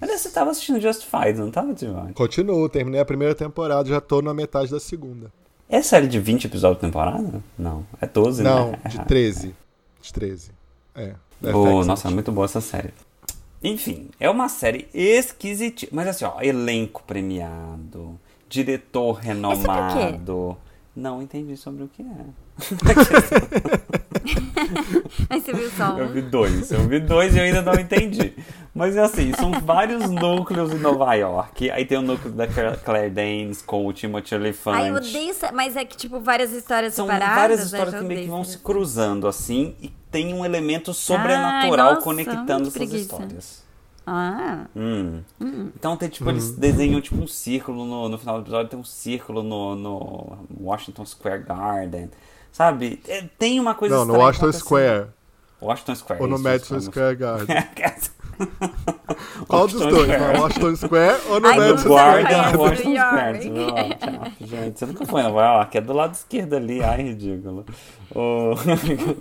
Speaker 3: Aliás, você tava assistindo Justified, não tava, TV Watch?
Speaker 1: Continuo, terminei a primeira temporada, já tô na metade da segunda.
Speaker 3: É série de 20 episódios por temporada? Não, é 12,
Speaker 1: Não,
Speaker 3: né?
Speaker 1: de 13. De 13. É. é
Speaker 3: Oh,
Speaker 1: fact.
Speaker 3: nossa, é muito boa essa série. Enfim, é uma série esquisitíssima. Mas assim, ó, elenco premiado, diretor
Speaker 2: sobre o quê?
Speaker 3: renomado. Não entendi sobre o que é.
Speaker 2: Aí você viu só
Speaker 3: Eu
Speaker 2: um.
Speaker 3: vi dois, eu vi dois e eu ainda não entendi. Mas assim, são vários núcleos em Nova York. Aí tem o núcleo da Cla- Claire Danes com o Timothy Olyphant.
Speaker 2: Ai, eu odeio. essa- Mas é que, tipo, várias histórias
Speaker 3: São
Speaker 2: separadas.
Speaker 3: várias
Speaker 2: né?
Speaker 3: histórias
Speaker 2: Eu
Speaker 3: que meio que
Speaker 2: odeio
Speaker 3: vão
Speaker 2: isso.
Speaker 3: se cruzando assim e tem um elemento sobrenatural
Speaker 2: nossa,
Speaker 3: conectando
Speaker 2: muito
Speaker 3: essas
Speaker 2: preguiça.
Speaker 3: histórias.
Speaker 2: Ah,
Speaker 3: Hum. Então tem tipo,
Speaker 1: Hum.
Speaker 3: eles desenham tipo um círculo no, no final do episódio, tem um círculo no, no Washington Square Garden. Sabe? É, Tem uma coisa
Speaker 1: Não, no
Speaker 3: estranha
Speaker 1: Washington
Speaker 3: acontecendo.
Speaker 1: Square.
Speaker 3: Washington Square.
Speaker 1: Ou no
Speaker 3: isso,
Speaker 1: Madison
Speaker 3: isso, é,
Speaker 1: Square Garden.
Speaker 3: assim, Washington
Speaker 1: Qual dos dois?
Speaker 3: Square.
Speaker 1: No Washington Square ou no
Speaker 2: Ai,
Speaker 3: No
Speaker 1: Madison
Speaker 2: você não
Speaker 1: Square
Speaker 3: Guarda,
Speaker 1: Garden?
Speaker 2: conhece New
Speaker 3: Washington Square.
Speaker 2: York?
Speaker 3: New York, New York. Gente, você nunca foi em Nova York? É do lado esquerdo ali. Ai, ridículo. Ô,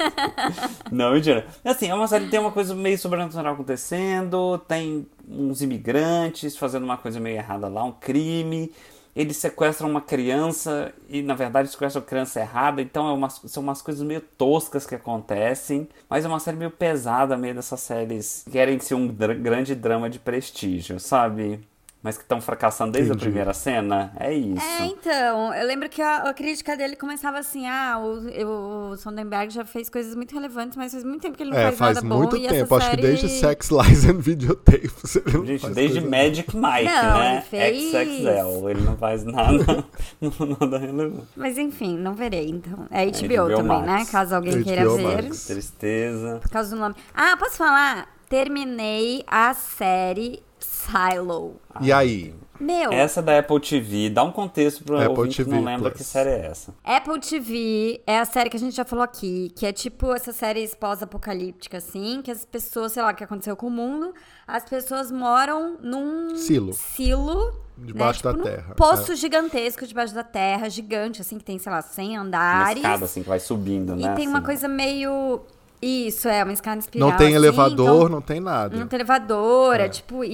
Speaker 3: Não, mentira. Assim, é uma série que tem uma coisa meio sobrenatural acontecendo. Tem uns imigrantes fazendo uma coisa meio errada lá, um crime. Eles sequestram uma criança e, na verdade, sequestram a criança errada. Então, é umas- são umas coisas meio toscas que acontecem. Mas é uma série meio pesada, meio dessas séries que querem ser um dra- grande drama de prestígio, sabe? Mas que estão fracassando desde
Speaker 1: Entendi.
Speaker 3: a primeira cena. É isso.
Speaker 2: É, então, eu lembro que a, a crítica dele começava assim, ah, o, eu- o Sondenberg já fez coisas muito relevantes, mas faz muito tempo que ele não
Speaker 1: É,
Speaker 2: faz,
Speaker 1: faz
Speaker 2: nada
Speaker 1: muito
Speaker 2: bom, e essa
Speaker 1: tempo. Acho que
Speaker 2: série-
Speaker 1: desde Sex, Lies and Videotapes. ele não
Speaker 3: Gente,
Speaker 1: faz
Speaker 3: desde
Speaker 1: coisa-
Speaker 3: Magic Mike,
Speaker 2: Não,
Speaker 3: né?
Speaker 2: ele fez-
Speaker 3: XXL. Ele não faz nada, nada relevante.
Speaker 2: Mas enfim, não verei, então. É HBO,
Speaker 3: HBO
Speaker 2: também,
Speaker 3: Max.
Speaker 2: né? Caso alguém
Speaker 1: HBO
Speaker 2: queira ver.
Speaker 1: Max.
Speaker 3: Tristeza.
Speaker 2: Por causa do nome. Ah, posso falar? Terminei a série Silo.
Speaker 1: E aí?
Speaker 2: Meu,
Speaker 3: Essa é da Apple TV, dá um contexto pro
Speaker 1: Apple
Speaker 3: ouvinte que não
Speaker 1: TV+.
Speaker 3: lembra que série é essa.
Speaker 2: Apple TV é a série que a gente já falou aqui, que é tipo essa série pós-apocalíptica, assim, que as pessoas, sei lá, o que aconteceu com o mundo, as pessoas moram num
Speaker 1: Silo.
Speaker 2: silo
Speaker 1: Debaixo
Speaker 2: né?
Speaker 1: da
Speaker 2: tipo, num
Speaker 1: terra, é.
Speaker 2: Poço gigantesco debaixo da terra, gigante, assim, que tem, sei lá, 100
Speaker 3: Uma
Speaker 2: andares.
Speaker 3: escada, assim, que vai subindo,
Speaker 2: e
Speaker 3: né?
Speaker 2: tem
Speaker 3: assim.
Speaker 2: uma coisa meio. Isso, é, uma escada espiral.
Speaker 1: Não tem
Speaker 2: assim,
Speaker 1: elevador, né?
Speaker 2: então-
Speaker 1: não tem nada.
Speaker 2: Não tem elevador, é tipo. E,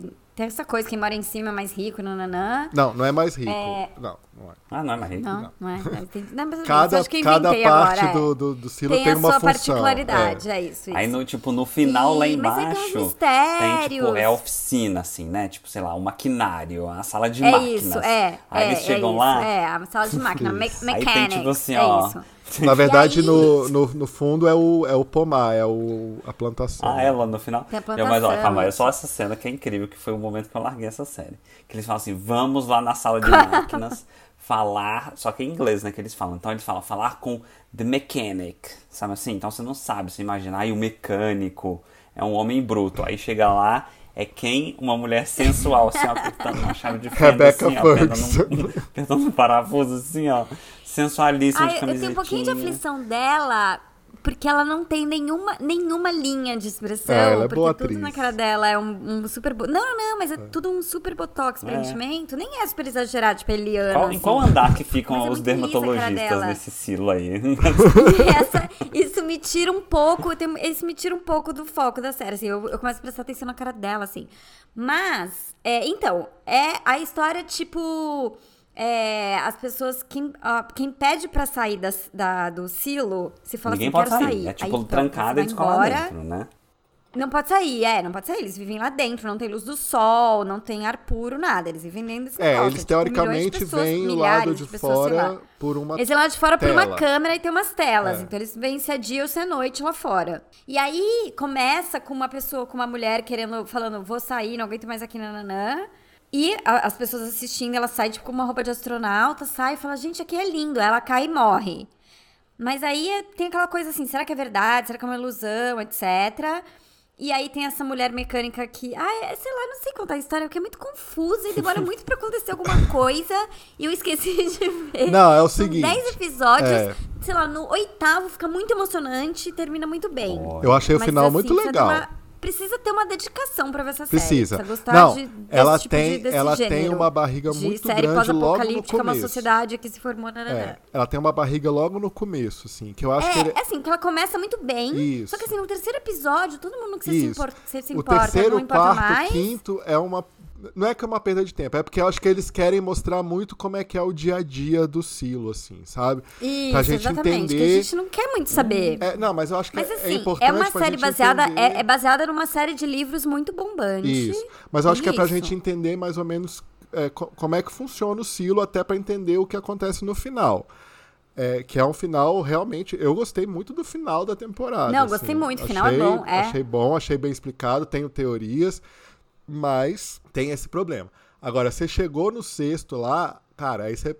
Speaker 2: e tem essa coisa, quem mora em cima é mais rico, nananã.
Speaker 1: Não, não é mais rico. Não, não é.
Speaker 3: Ah, não é mais rico.
Speaker 2: Não, não é. é, tem- não, mas
Speaker 1: Cada,
Speaker 2: acho que eu
Speaker 1: cada
Speaker 2: inventei
Speaker 1: parte
Speaker 2: agora, é.
Speaker 1: do, do, do silo
Speaker 2: tem,
Speaker 1: tem,
Speaker 2: a
Speaker 1: uma
Speaker 2: sua
Speaker 1: função.
Speaker 2: particularidade, é, isso.
Speaker 3: Aí,
Speaker 2: isso.
Speaker 3: no, tipo, no final, lá
Speaker 2: Ih, mas é aí tem uns
Speaker 3: embaixo, tem, tipo,
Speaker 2: mistérios.
Speaker 3: é a oficina, assim, né? Tipo, sei lá, o maquinário, a sala de
Speaker 2: é
Speaker 3: máquinas.
Speaker 2: isso, é.
Speaker 3: Aí
Speaker 2: é,
Speaker 3: eles
Speaker 2: é
Speaker 3: chegam
Speaker 2: isso,
Speaker 3: lá,
Speaker 2: É, a sala de máquina, me
Speaker 1: Isso.
Speaker 3: Aí tem,
Speaker 2: mechanics.
Speaker 3: tipo assim,
Speaker 2: é
Speaker 3: ó,
Speaker 2: isso.
Speaker 1: Na verdade,
Speaker 2: E aí-
Speaker 1: no, no, no fundo é o, é o pomar, é o, a plantação.
Speaker 3: Ah, é lá no final.
Speaker 2: Tem a
Speaker 3: Eu, mas olha,
Speaker 2: plantação.
Speaker 3: calma, é só essa cena que é incrível, que foi o momento que eu larguei essa série. Que eles falam assim, vamos lá na sala de máquinas falar, só que em inglês, né, que eles falam. Então eles falam, falar com the mechanic, sabe assim? Então você não sabe, você imagina, aí o mecânico é um homem bruto. Aí chega lá, é quem? Uma mulher sensual, assim, ó, apertando uma chave de fenda,
Speaker 1: Rebecca
Speaker 3: assim, ó, apertando, um,
Speaker 1: Ferguson.
Speaker 3: apertando um parafuso, assim, ó, sensualíssima
Speaker 2: Ai,
Speaker 3: de
Speaker 2: eu
Speaker 3: camisetinha.
Speaker 2: tenho um pouquinho de aflição dela, porque ela não tem nenhuma, nenhuma linha de expressão.
Speaker 1: É, ela é
Speaker 2: porque
Speaker 1: boa
Speaker 2: tudo
Speaker 1: atriz.
Speaker 2: na cara dela é um, um super. bo- Não, não, não, mas é tudo um super botox preenchimento. Nem é super exagerado, tipo, Eliana.
Speaker 3: Qual-
Speaker 2: assim.
Speaker 3: em qual andar que
Speaker 2: Mas
Speaker 3: ficam
Speaker 2: é muito
Speaker 3: os
Speaker 2: lisa a cara
Speaker 3: dermatologistas
Speaker 2: dela.
Speaker 3: nesse silo aí?
Speaker 2: E essa- isso me tira um pouco, eu tenho- isso me tira um pouco do foco da série, assim, eu, eu começo a prestar atenção na cara dela, assim. Mas, é, então, é a história, tipo, é, as pessoas, quem, ó, quem pede pra sair da, da- do silo, se fala
Speaker 3: Ninguém
Speaker 2: assim,
Speaker 3: pode
Speaker 2: quero
Speaker 3: sair.
Speaker 2: sair.
Speaker 3: É tipo
Speaker 2: Aí, pronto, você
Speaker 3: trancada
Speaker 2: vai
Speaker 3: e descola
Speaker 2: embora.
Speaker 3: dentro, né?
Speaker 2: Não pode sair, é, não pode sair, eles vivem lá dentro, não tem luz do sol, não tem ar puro, nada, eles vivem dentro desse
Speaker 1: É,
Speaker 2: negócio,
Speaker 1: eles
Speaker 2: tipo, milhões de
Speaker 1: teoricamente
Speaker 2: pessoas,
Speaker 1: veem o
Speaker 2: milhares
Speaker 1: lado de,
Speaker 2: pessoas, sei lá.
Speaker 1: fora por uma.
Speaker 2: Eles vêm é lá de fora por
Speaker 1: Tela.
Speaker 2: uma câmera e tem umas telas.
Speaker 1: É.
Speaker 2: Então eles vêm se é dia ou se é noite lá fora. E aí começa com uma pessoa, com uma mulher querendo, falando, vou sair, não aguento mais aqui, nananã. E a- as pessoas assistindo, ela sai tipo com uma roupa de astronauta, sai e fala, gente, aqui é lindo. Ela cai e morre. Mas aí é- tem aquela coisa assim, será que é verdade? Será que é uma ilusão, etc. E aí tem essa mulher mecânica que, ah, é- sei lá, não sei contar a história, porque é muito confusa e demora muito pra acontecer alguma coisa e eu esqueci de ver.
Speaker 1: Não, é o
Speaker 2: São
Speaker 1: seguinte,
Speaker 2: 10 episódios,
Speaker 1: é.
Speaker 2: sei lá, no oitavo fica muito emocionante e termina muito bem.
Speaker 1: Eu achei o
Speaker 2: Mas,
Speaker 1: final
Speaker 2: assim,
Speaker 1: muito
Speaker 2: precisa de
Speaker 1: legal.
Speaker 2: uma- precisa ter uma dedicação pra ver essa série.
Speaker 1: Precisa.
Speaker 2: gostar
Speaker 1: Não,
Speaker 2: de- desse
Speaker 1: ela
Speaker 2: tipo
Speaker 1: tem-
Speaker 2: de- desse
Speaker 1: ela tem
Speaker 2: gênero
Speaker 1: uma barriga
Speaker 2: de
Speaker 1: muito
Speaker 2: série
Speaker 1: grande logo no
Speaker 2: pós-apocalíptica, uma
Speaker 1: começo.
Speaker 2: sociedade que se formou, nananã.
Speaker 1: É, ela tem uma barriga logo no começo, assim, que eu acho que ele-
Speaker 2: É, é assim, porque ela começa muito bem.
Speaker 1: Isso.
Speaker 2: Só que assim, no terceiro episódio, todo mundo que você se
Speaker 1: Isso.
Speaker 2: importa, você se
Speaker 1: o
Speaker 2: importa
Speaker 1: terceiro,
Speaker 2: não
Speaker 1: o
Speaker 2: importa
Speaker 1: quarto,
Speaker 2: mais.
Speaker 1: o quinto é uma. Não é que é uma perda de tempo, é porque eu acho que eles querem mostrar muito como é que é o dia a dia do Silo, assim, sabe?
Speaker 2: Isso,
Speaker 1: pra gente
Speaker 2: exatamente.
Speaker 1: entender.
Speaker 2: Que a gente não quer muito saber.
Speaker 1: É, não, mas eu acho que
Speaker 2: Mas
Speaker 1: é- é
Speaker 2: assim, é,
Speaker 1: importante
Speaker 2: uma
Speaker 1: pra
Speaker 2: série
Speaker 1: gente
Speaker 2: baseada.
Speaker 1: entender.
Speaker 2: É, é baseada numa série de livros muito bombante.
Speaker 1: Isso. Mas eu acho que é pra
Speaker 2: Isso.
Speaker 1: gente entender mais ou menos é, co- como é que funciona o silo, até pra entender o que acontece no final. É, que é um final realmente. Eu gostei muito do final da temporada. assim.
Speaker 2: Não, gostei muito, o final é bom, é.
Speaker 1: Achei bom, achei bem explicado, tenho teorias, mas tem esse problema. Agora, você chegou no sexto lá, cara, aí você.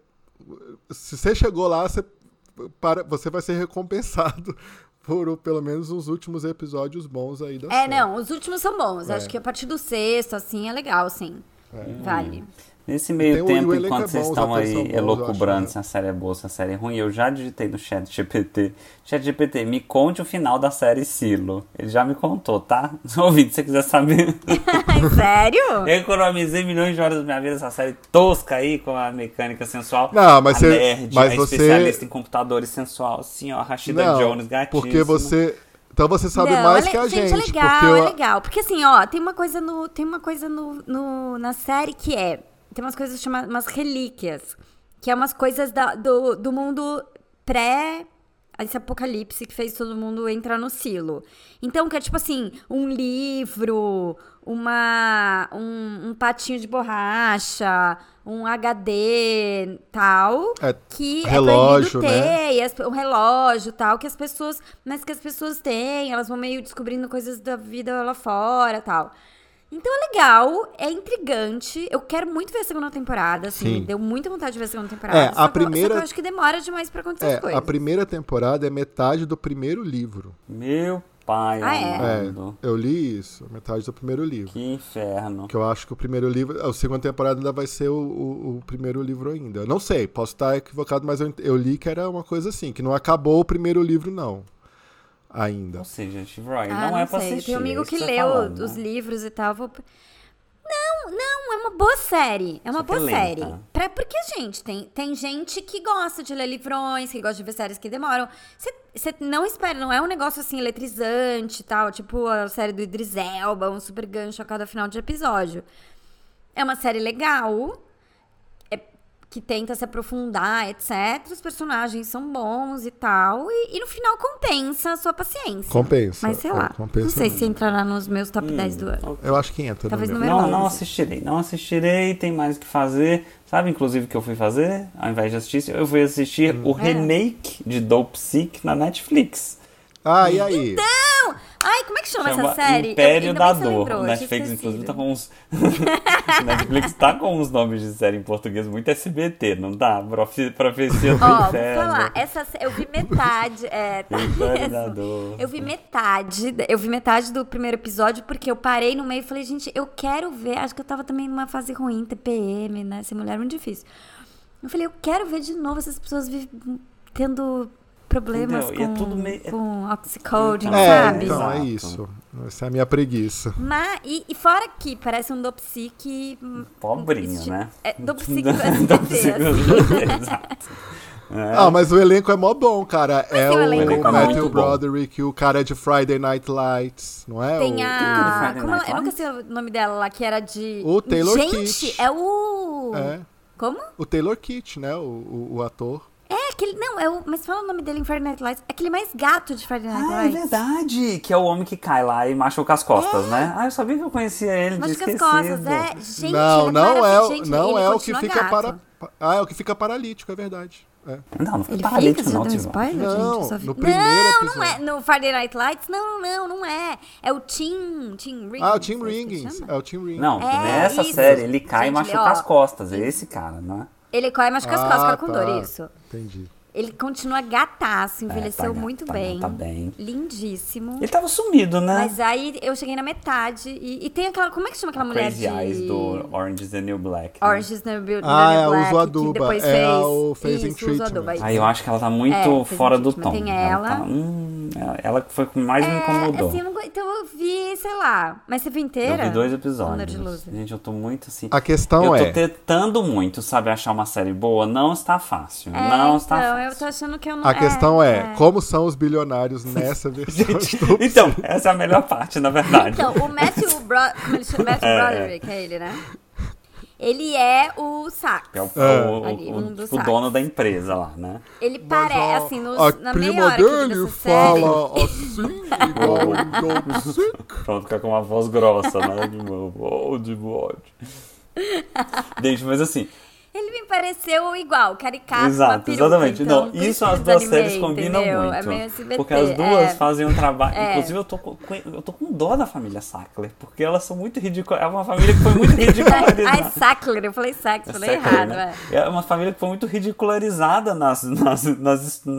Speaker 1: Se você chegou lá, você, para, você vai ser recompensado por pelo menos uns últimos episódios bons aí da
Speaker 2: É, não, os últimos são bons.
Speaker 1: É.
Speaker 2: Acho que a partir do sexto, assim, é legal, sim. Vale.
Speaker 1: Hum.
Speaker 3: Nesse meio
Speaker 1: Tem o-
Speaker 3: tempo,
Speaker 1: o elenco
Speaker 3: enquanto
Speaker 1: é
Speaker 3: vocês
Speaker 1: bom, os
Speaker 3: estão
Speaker 1: atores são
Speaker 3: aí
Speaker 1: bons, eu acho,
Speaker 3: elocubrando
Speaker 1: né?
Speaker 3: se a série é boa, se a série é ruim, eu já digitei no chat GPT. Chat GPT, me conte o final da série Silo. Ele já me contou, tá? Ouvinte, se você quiser saber.
Speaker 2: Ai, sério?
Speaker 3: Eu economizei milhões de horas da minha vida nessa série tosca aí, com a mecânica sensual.
Speaker 1: Não, mas
Speaker 3: a
Speaker 1: você-
Speaker 3: nerd,
Speaker 1: mas
Speaker 3: a
Speaker 1: você-
Speaker 3: especialista em computadores sensual, assim, ó, Rashida Jones, gatíssimo.
Speaker 1: porque você. Então você sabe
Speaker 2: Não,
Speaker 1: mais
Speaker 2: é le-
Speaker 1: que a gente.
Speaker 2: é legal,
Speaker 1: porque eu-
Speaker 2: é legal. Porque assim, ó, tem uma coisa no, tem uma coisa no, no- na série que é, tem umas coisas chamadas umas relíquias, que é umas coisas da- do, do mundo pré esse apocalipse que fez todo mundo entrar no silo. Então, que é tipo assim, um livro, uma um, um patinho de borracha, um HD, tal,
Speaker 1: É,
Speaker 2: que
Speaker 1: relógio,
Speaker 2: é
Speaker 1: né?
Speaker 2: proibido ter, e as- o relógio tal, que as pessoas. Mas que as pessoas têm, elas vão meio descobrindo coisas da vida lá fora tal. Então é legal, é intrigante. Eu quero muito ver a segunda temporada, assim.
Speaker 1: Sim.
Speaker 2: Me deu muita vontade de ver a segunda temporada.
Speaker 1: É, a
Speaker 2: só que eu- só que
Speaker 1: primeira-
Speaker 2: eu acho que demora demais pra acontecer as
Speaker 1: É,
Speaker 2: coisas.
Speaker 1: a primeira temporada é metade do primeiro livro.
Speaker 3: Meu pai
Speaker 2: Ah, é?
Speaker 3: amado.
Speaker 1: Eu li isso, metade do primeiro livro.
Speaker 3: Que inferno.
Speaker 1: Que eu acho que o primeiro livro. A segunda temporada ainda vai ser o, o- o primeiro livro ainda. Eu não sei, posso estar equivocado, mas eu, ent- eu li que era uma coisa assim, que não acabou o primeiro livro, não. Ainda.
Speaker 3: Ou seja, Steve Roy,
Speaker 2: Ah,
Speaker 3: não, é pra
Speaker 2: sei.
Speaker 3: assistir.
Speaker 2: Tem um
Speaker 3: é
Speaker 2: amigo
Speaker 3: isso
Speaker 2: que
Speaker 3: você tá
Speaker 2: leu
Speaker 3: falando.
Speaker 2: os livros e tal. eu vou- Não, não, é uma boa série. É uma
Speaker 3: Só que
Speaker 2: boa
Speaker 3: é lenta.
Speaker 2: série. Pra, porque, gente, tem, tem gente que gosta de ler livrões, que gosta de ver séries que demoram. Você não espera, não é um negócio assim eletrizante e tal, tipo a série do Idris Elba, um super gancho a cada final de episódio. É uma série legal, é- que tenta se aprofundar, etc. Os personagens são bons e tal. E, e no final compensa a sua paciência.
Speaker 1: Compensa.
Speaker 2: Mas sei
Speaker 1: É,
Speaker 2: lá.
Speaker 1: compensa
Speaker 2: não sei
Speaker 1: muito.
Speaker 2: se entrará nos meus top 10
Speaker 3: Hum.
Speaker 2: do ano.
Speaker 1: Eu acho que entra.
Speaker 2: Talvez
Speaker 1: no
Speaker 2: no
Speaker 1: meu.
Speaker 2: meu-
Speaker 3: Não,
Speaker 2: Relance.
Speaker 3: não assistirei, não assistirei, tem mais o que fazer. Sabe, inclusive, o que eu fui fazer? Ao invés de assistir, isso, eu fui assistir o
Speaker 2: É.
Speaker 3: remake de Dope Sick na Netflix.
Speaker 1: Ah, e aí?
Speaker 2: Então, Ai, como é que chama,
Speaker 3: Chama
Speaker 2: essa série?
Speaker 3: Império
Speaker 2: Eu- ainda
Speaker 3: da
Speaker 2: bem que você
Speaker 3: Dor.
Speaker 2: lembrou,
Speaker 3: o
Speaker 2: eu tinha
Speaker 3: Netflix,
Speaker 2: esquecido.
Speaker 3: inclusive, tá com uns. o Netflix tá com uns nomes de série em português muito SBT, não tá? Profe- Profecia do
Speaker 2: Ó, vou
Speaker 3: Inferno.
Speaker 2: falar, essa, sé- eu vi metade, é, tá
Speaker 3: Império da
Speaker 2: mesmo.
Speaker 3: Dor.
Speaker 2: Eu vi metade, eu vi metade do primeiro episódio porque eu parei no meio e falei, gente, eu quero ver. Acho que eu tava também numa fase ruim, TPM, né? Ser mulher é muito difícil. Eu falei, eu quero ver de novo essas pessoas vi- tendo problemas
Speaker 3: Entendeu? E
Speaker 2: com,
Speaker 3: é tudo meio-
Speaker 2: com oxycodone,
Speaker 3: Então,
Speaker 1: É,
Speaker 2: sabe?
Speaker 1: então é
Speaker 3: Exato.
Speaker 1: isso. Essa é a minha preguiça.
Speaker 2: Mas, e, e fora que parece um dopsique.
Speaker 3: Pobrinho, né?
Speaker 2: É, dopsique do
Speaker 3: Dopsic
Speaker 2: SBT.
Speaker 3: do
Speaker 2: assim.
Speaker 3: SBT, Exato. É.
Speaker 1: Ah, mas o elenco é mó bom, cara. é
Speaker 2: tem um
Speaker 1: o,
Speaker 2: elenco
Speaker 3: bom.
Speaker 1: Matthew
Speaker 3: Muito bom.
Speaker 1: Broderick, o cara de Friday Night Lights, não é?
Speaker 2: Tem
Speaker 1: O-
Speaker 2: a.
Speaker 3: Friday
Speaker 2: Como ela,
Speaker 3: Night
Speaker 2: eu nunca
Speaker 3: Lights?
Speaker 2: sei o nome dela lá, que era de.
Speaker 1: O Taylor
Speaker 2: Gente,
Speaker 1: Kitsch.
Speaker 2: é o.
Speaker 1: É.
Speaker 2: Como?
Speaker 1: O Taylor Kitt, né? O, o- o ator.
Speaker 2: É aquele. Não, é o. Mas fala o nome dele em Friday Night Lights. É aquele mais gato de Friday Night
Speaker 3: Ah, é
Speaker 2: Lights.
Speaker 3: verdade! Que é o homem que cai lá e machuca as costas, né? Ah, eu sabia que eu conhecia ele,
Speaker 2: Mas
Speaker 3: tinha
Speaker 2: com É. as
Speaker 3: esquecido.
Speaker 2: costas, é. Gente,
Speaker 1: não,
Speaker 2: ele
Speaker 1: não é, o-
Speaker 2: maravilhoso. Gente,
Speaker 1: não
Speaker 2: ele
Speaker 1: é o que
Speaker 2: continua
Speaker 1: fica
Speaker 2: gato.
Speaker 1: para. pa- Ah, é o que fica paralítico, é verdade. É.
Speaker 3: Não, não foi
Speaker 2: Ele
Speaker 3: paralítico
Speaker 2: fica?
Speaker 3: não,
Speaker 2: Você deu um
Speaker 3: Timão.
Speaker 2: spoiler,
Speaker 1: Não,
Speaker 2: gente? Eu só vi-
Speaker 1: no primeiro
Speaker 2: não, não é.
Speaker 1: episódio.
Speaker 2: No Friday Night Lights? Não, não, não é. É o Tim... Tim Riggins.
Speaker 1: Ah, o Tim
Speaker 2: é isso que
Speaker 1: Riggins.
Speaker 2: chama?
Speaker 1: É o Tim Riggins.
Speaker 3: Não,
Speaker 2: É,
Speaker 3: nessa
Speaker 2: isso.
Speaker 3: série ele cai e
Speaker 2: Gente,
Speaker 3: machuca
Speaker 2: ó.
Speaker 3: as costas. É esse cara, não é?
Speaker 2: Ele corre, machuca as
Speaker 1: Ah,
Speaker 2: costas, fica com
Speaker 1: tá.
Speaker 2: dor, isso.
Speaker 1: Entendi.
Speaker 2: Ele continua gataço, envelheceu
Speaker 3: tá ga-
Speaker 2: muito
Speaker 3: tá ga-
Speaker 2: bem.
Speaker 3: tá bem.
Speaker 2: Lindíssimo.
Speaker 3: Ele tava sumido, né?
Speaker 2: Mas aí eu cheguei na metade e, e tem aquela... Como é que chama aquela mulher
Speaker 3: Crazy
Speaker 2: de...
Speaker 3: Eyes do Orange is the New Black. né?
Speaker 2: Orange is the New, the
Speaker 1: Ah,
Speaker 2: New
Speaker 1: é,
Speaker 2: Black,
Speaker 1: uso aduba.
Speaker 2: que depois
Speaker 1: É,
Speaker 2: fez...
Speaker 1: o Phasing
Speaker 2: Isso, uso
Speaker 1: Treatment.
Speaker 2: aduba.
Speaker 3: Aí eu acho que ela tá muito
Speaker 2: É, fez um
Speaker 3: fora do tom.
Speaker 2: impeachment. Tem
Speaker 3: tá-
Speaker 2: ela.
Speaker 3: hum, ela- ela que foi com mais me
Speaker 2: É,
Speaker 3: incomodou.
Speaker 2: assim, eu não go- então eu vi, sei lá. Mas você viu
Speaker 3: Eu
Speaker 2: inteira?
Speaker 3: vi dois
Speaker 2: Onda de
Speaker 3: episódios.
Speaker 2: Luz.
Speaker 3: Gente, eu tô muito assim.
Speaker 1: A questão
Speaker 3: eu tô
Speaker 1: é-
Speaker 3: tentando muito, sabe, achar uma série boa. Não está fácil.
Speaker 2: É,
Speaker 3: não tá está
Speaker 2: então, eu tô
Speaker 3: fácil.
Speaker 2: achando que eu não...
Speaker 1: A questão é, como são os bilionários nessa versão? do-
Speaker 3: Então, essa é a melhor parte, na verdade.
Speaker 2: Então, o Matthew, Bro... Como ele chama? Matthew
Speaker 3: É.
Speaker 2: Broderick, é ele, né? Ele é o Sax.
Speaker 3: Que é o,
Speaker 1: É.
Speaker 3: o- o-
Speaker 2: Ali, um
Speaker 3: o-
Speaker 2: dos
Speaker 3: tipo, o
Speaker 2: sites.
Speaker 3: dono da empresa lá, né?
Speaker 2: Ele
Speaker 1: Mas a-
Speaker 2: parece, assim, nos,
Speaker 1: a
Speaker 2: na meia
Speaker 1: prima
Speaker 2: hora que eu vi
Speaker 1: dele
Speaker 2: essa série,
Speaker 1: fala assim, igual um Dopsic.
Speaker 3: Pronto, fica com uma voz grossa, né? De novo. Oh, de bode. Gente, mas assim,
Speaker 2: Ele me pareceu igual, caricato, Tá uma
Speaker 3: Exato,
Speaker 2: peruca,
Speaker 3: exatamente.
Speaker 2: então,
Speaker 3: não,
Speaker 2: por
Speaker 3: isso as
Speaker 2: eu
Speaker 3: duas
Speaker 2: desanimei,
Speaker 3: séries combinam
Speaker 2: entendeu?
Speaker 3: muito.
Speaker 2: É meio SBT,
Speaker 3: porque as duas
Speaker 2: é.
Speaker 3: fazem um trabalho.
Speaker 2: É.
Speaker 3: Inclusive, eu tô, com, com- eu tô com dó da família Sackler, porque elas são muito ridículas. É uma família que foi muito
Speaker 2: Ai,
Speaker 3: ridicularizada.
Speaker 2: Sackler, eu falei Sackler, falei
Speaker 3: Sackler,
Speaker 2: errado.
Speaker 3: né?
Speaker 2: é.
Speaker 3: É uma família que foi muito ridicularizada nas. nas, nas
Speaker 2: é.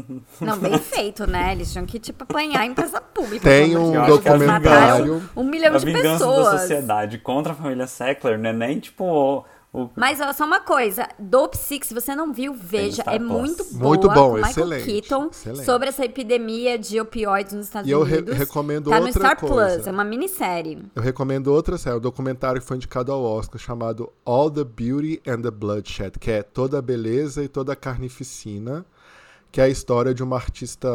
Speaker 2: Não, bem feito, né? Eles tinham que, tipo, apanhar em empresa pública.
Speaker 1: Tem
Speaker 2: pelo
Speaker 1: um
Speaker 2: amor de Deus. Eles
Speaker 1: documentário.
Speaker 2: mataram Um milhão
Speaker 3: a
Speaker 2: de
Speaker 3: vingança da
Speaker 2: pessoas.
Speaker 3: sociedade contra a família Sackler, não é nem tipo. o- o-
Speaker 2: Mas ó, só uma coisa, Dope Six, se você não viu, veja,
Speaker 3: Star
Speaker 2: é
Speaker 3: Plus.
Speaker 2: muito boa.
Speaker 1: Muito bom,
Speaker 2: com Michael
Speaker 1: excelente,
Speaker 2: Keaton
Speaker 1: excelente.
Speaker 2: sobre essa epidemia de opioides nos Estados
Speaker 1: E eu re-
Speaker 2: Unidos.
Speaker 1: recomendo
Speaker 2: tá no
Speaker 1: outra
Speaker 2: Star Plus,
Speaker 1: coisa.
Speaker 2: é uma minissérie.
Speaker 1: Eu recomendo outra série, um documentário que foi indicado ao Oscar chamado All the Beauty and the Bloodshed, que é toda a beleza e toda a carnificina, que é a história de uma artista,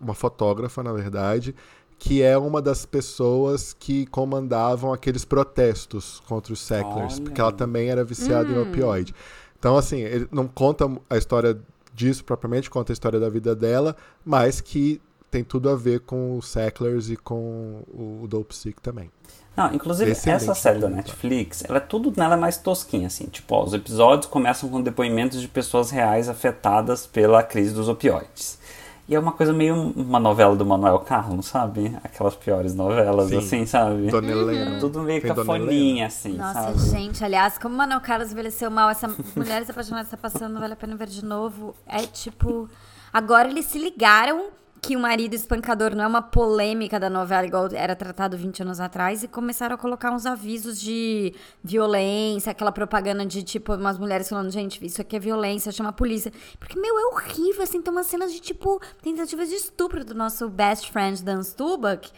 Speaker 1: uma fotógrafa, na verdade, que é uma das pessoas que comandavam aqueles protestos contra os Sacklers,
Speaker 3: Olha.
Speaker 1: porque ela também era viciada em opioide. Então, assim, ele não conta a história disso propriamente, conta a história da vida dela, mas que tem tudo a ver com os Sacklers e com o o Dope Sick também.
Speaker 3: Não, inclusive,
Speaker 1: Excelente
Speaker 3: essa série da
Speaker 1: documentário.
Speaker 3: Netflix, ela é tudo nela mais tosquinha, assim. Tipo, ó, os episódios começam com depoimentos de pessoas reais afetadas pela crise dos opioides. E é uma coisa meio uma novela do Manuel Carlos, sabe? Aquelas piores novelas,
Speaker 1: Sim.
Speaker 3: assim, sabe?
Speaker 1: Dona Helena.
Speaker 3: É tudo meio
Speaker 1: Tem Dona
Speaker 3: cafoninha, assim,
Speaker 2: Nossa,
Speaker 3: sabe?
Speaker 2: gente, aliás, como Manoel Carlos envelheceu mal, essa Mulheres Apaixonadas está passando, vale a pena ver de novo. É tipo. Agora eles se ligaram que o marido espancador não é uma polêmica da novela igual era tratado 20 anos atrás e começaram a colocar uns avisos de violência, aquela propaganda de tipo umas mulheres falando, gente, isso aqui é violência, chama a polícia. Porque, meu, é horrível, assim, tem umas cenas de tipo tentativas de estupro do nosso best friend Dan Stubach,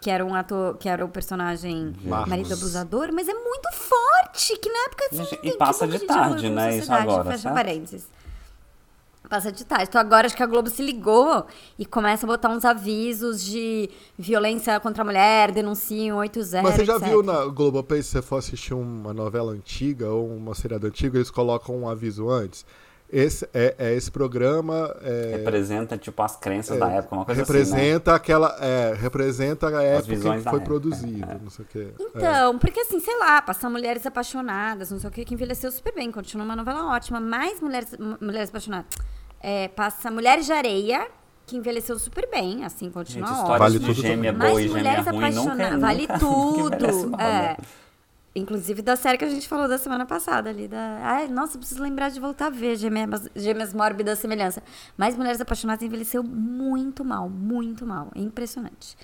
Speaker 2: que era um ator, que era o personagem
Speaker 1: Marcos.
Speaker 2: marido abusador, mas é muito forte, que na época assim,
Speaker 3: Gente, e
Speaker 2: ninguém- que
Speaker 3: passa
Speaker 2: bom
Speaker 3: de
Speaker 2: que a gente evolui
Speaker 3: tarde,
Speaker 2: como
Speaker 3: né, isso
Speaker 2: sociedade,
Speaker 3: agora,
Speaker 2: fecha
Speaker 3: certo?
Speaker 2: parênteses. Passa de tarde. Então agora acho que a Globo se ligou e começa a botar uns avisos de violência contra a mulher, denunciam 80,
Speaker 1: Mas você já
Speaker 2: etc.
Speaker 1: viu na Globoplay, se você for assistir uma novela antiga ou uma seriado antigo, eles colocam um aviso antes? Esse, é, é esse programa é,
Speaker 3: Representa, tipo, as crenças da época, uma coisa assim, né?
Speaker 1: representa aquela. é, representa a época em
Speaker 3: visões
Speaker 1: que
Speaker 3: da
Speaker 1: foi
Speaker 3: época,
Speaker 1: produzido. Não sei o quê. É.
Speaker 2: Então, porque assim, sei lá, passar mulheres apaixonadas, não sei o que, que envelheceu super bem, continua uma novela ótima, mais mulheres, M- mulheres apaixonadas. É, passa Mulheres de Areia, que envelheceu super bem, assim, continua
Speaker 3: Gente,
Speaker 2: ótima.
Speaker 3: história
Speaker 1: Vale
Speaker 3: de
Speaker 1: tudo também.
Speaker 3: gêmea boa
Speaker 2: Mas
Speaker 3: e gêmea
Speaker 2: mulheres
Speaker 3: ruim nunca,
Speaker 2: apaixonadas.
Speaker 3: nunca,
Speaker 2: Vale
Speaker 3: nunca envelhece
Speaker 2: tudo.
Speaker 3: mal,
Speaker 2: É.
Speaker 3: né?
Speaker 2: Inclusive da série que a gente falou da semana passada ali. Da... Ai, nossa, preciso lembrar de voltar a ver Gêmeas, gêmeas Mórbidas Semelhança. Mas Mulheres Apaixonadas envelheceu muito mal, muito mal. É impressionante.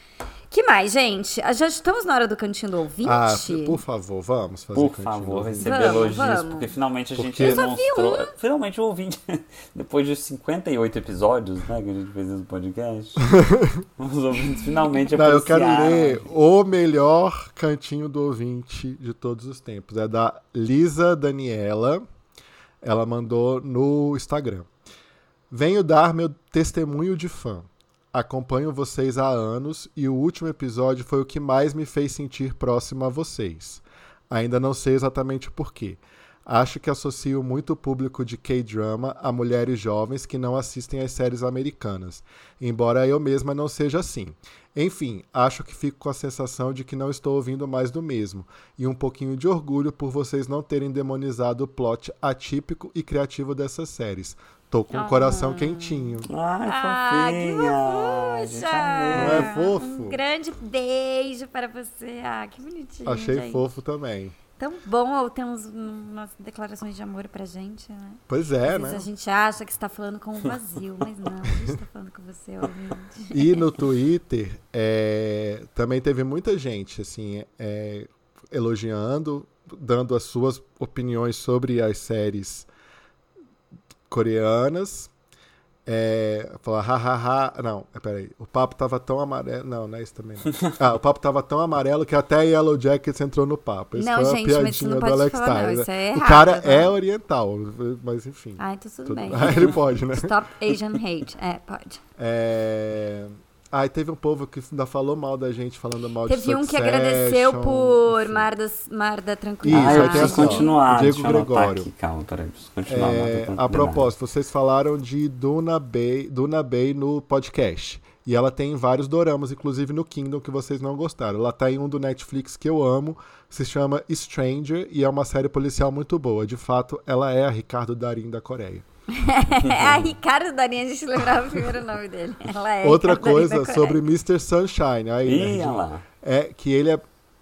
Speaker 2: que mais, gente? Ah, Já estamos na hora do cantinho do ouvinte?
Speaker 1: Ah, por favor, vamos fazer
Speaker 3: Por
Speaker 1: cantinho.
Speaker 3: favor, receber
Speaker 2: Vamos,
Speaker 3: elogios,
Speaker 2: vamos.
Speaker 3: porque finalmente a gente
Speaker 1: Porque- Eu um.
Speaker 2: só vi
Speaker 3: demonstrou. Finalmente o ouvinte, depois de 58 episódios, né, que a gente fez no podcast, os ouvintes finalmente
Speaker 1: Não, eu quero
Speaker 3: apreciaram.
Speaker 1: ler o melhor cantinho do ouvinte de todos os tempos. É da Lisa Daniela. Ela mandou no Instagram. Venho dar meu testemunho de fã. Acompanho vocês há anos e o último episódio foi o que mais me fez sentir próximo a vocês. Ainda não sei exatamente o porquê. Acho que associo muito o público de K-drama a mulheres jovens que não assistem às séries americanas, embora eu mesma não seja assim. Enfim, acho que fico com a sensação de que não estou ouvindo mais do mesmo, e um pouquinho de orgulho por vocês não terem demonizado o plot atípico e criativo dessas séries. Tô com o coração quentinho.
Speaker 3: Ai,
Speaker 2: Ah, que
Speaker 3: fofinha. Ai, gente,
Speaker 1: Não
Speaker 2: fofucha!
Speaker 1: é fofo?
Speaker 2: Um grande beijo para você. Ah, que bonitinho,
Speaker 1: Achei
Speaker 2: gente.
Speaker 1: fofo também.
Speaker 2: Tão bom ter uns, umas declarações de amor pra gente, né?
Speaker 1: Pois é,
Speaker 2: Às vezes
Speaker 1: né?
Speaker 2: a gente acha que está falando com o vazio, mas não, a gente está falando com você, ouvinte.
Speaker 1: E no Twitter é, também teve muita gente assim é, elogiando, dando as suas opiniões sobre as séries coreanas. É, falar, hahaha. Não, é, peraí. O papo tava tão amarelo. Não, não é isso também. não. Ah, o papo tava tão amarelo que até Yellow Jackets entrou no papo. Isso
Speaker 2: Não,
Speaker 1: foi uma
Speaker 2: gente,
Speaker 1: piadinha
Speaker 2: mas isso não
Speaker 1: do
Speaker 2: pode
Speaker 1: Alex
Speaker 2: falar, não.
Speaker 1: Tyler.
Speaker 2: Isso é
Speaker 1: o
Speaker 2: errado,
Speaker 1: cara
Speaker 2: né?
Speaker 1: é oriental, mas enfim.
Speaker 2: Ah, então tudo,
Speaker 1: tudo-
Speaker 2: bem.
Speaker 1: Ele pode, né?
Speaker 2: Stop Asian Hate. É, pode.
Speaker 1: É... Aí teve um povo que ainda falou mal da gente, falando mal de
Speaker 2: Teve um que
Speaker 1: Succession,
Speaker 2: agradeceu por
Speaker 1: enfim.
Speaker 2: Mar das- Mar da
Speaker 1: Isso,
Speaker 2: Tranquilidade.
Speaker 1: aí
Speaker 3: ah,
Speaker 1: tem
Speaker 3: preciso
Speaker 1: assim, ó,
Speaker 3: continuar.
Speaker 1: Diego
Speaker 3: deixa eu anotar
Speaker 1: Gregório.
Speaker 3: Aqui. Calma, peraí, preciso continuar.
Speaker 1: É,
Speaker 3: não tô
Speaker 1: a
Speaker 3: terminando.
Speaker 1: propósito, vocês falaram de Duna Bay, Duna Bay no podcast. E ela tem vários doramas, inclusive no Kingdom, que vocês não gostaram. Ela tá em um do Netflix que eu amo, se chama Stranger, e é uma série policial muito boa. De fato, ela é a Ricardo Darim da Coreia.
Speaker 2: é a Ricardo Darinha, a gente lembrava o primeiro nome dele. Ela é
Speaker 1: Outra
Speaker 2: Ricardo Darinha da
Speaker 1: coisa
Speaker 2: Coreia.
Speaker 1: sobre Mr. Sunshine, aí, né,
Speaker 3: Ih,
Speaker 1: nerd,
Speaker 3: olha lá.
Speaker 1: é que ele é,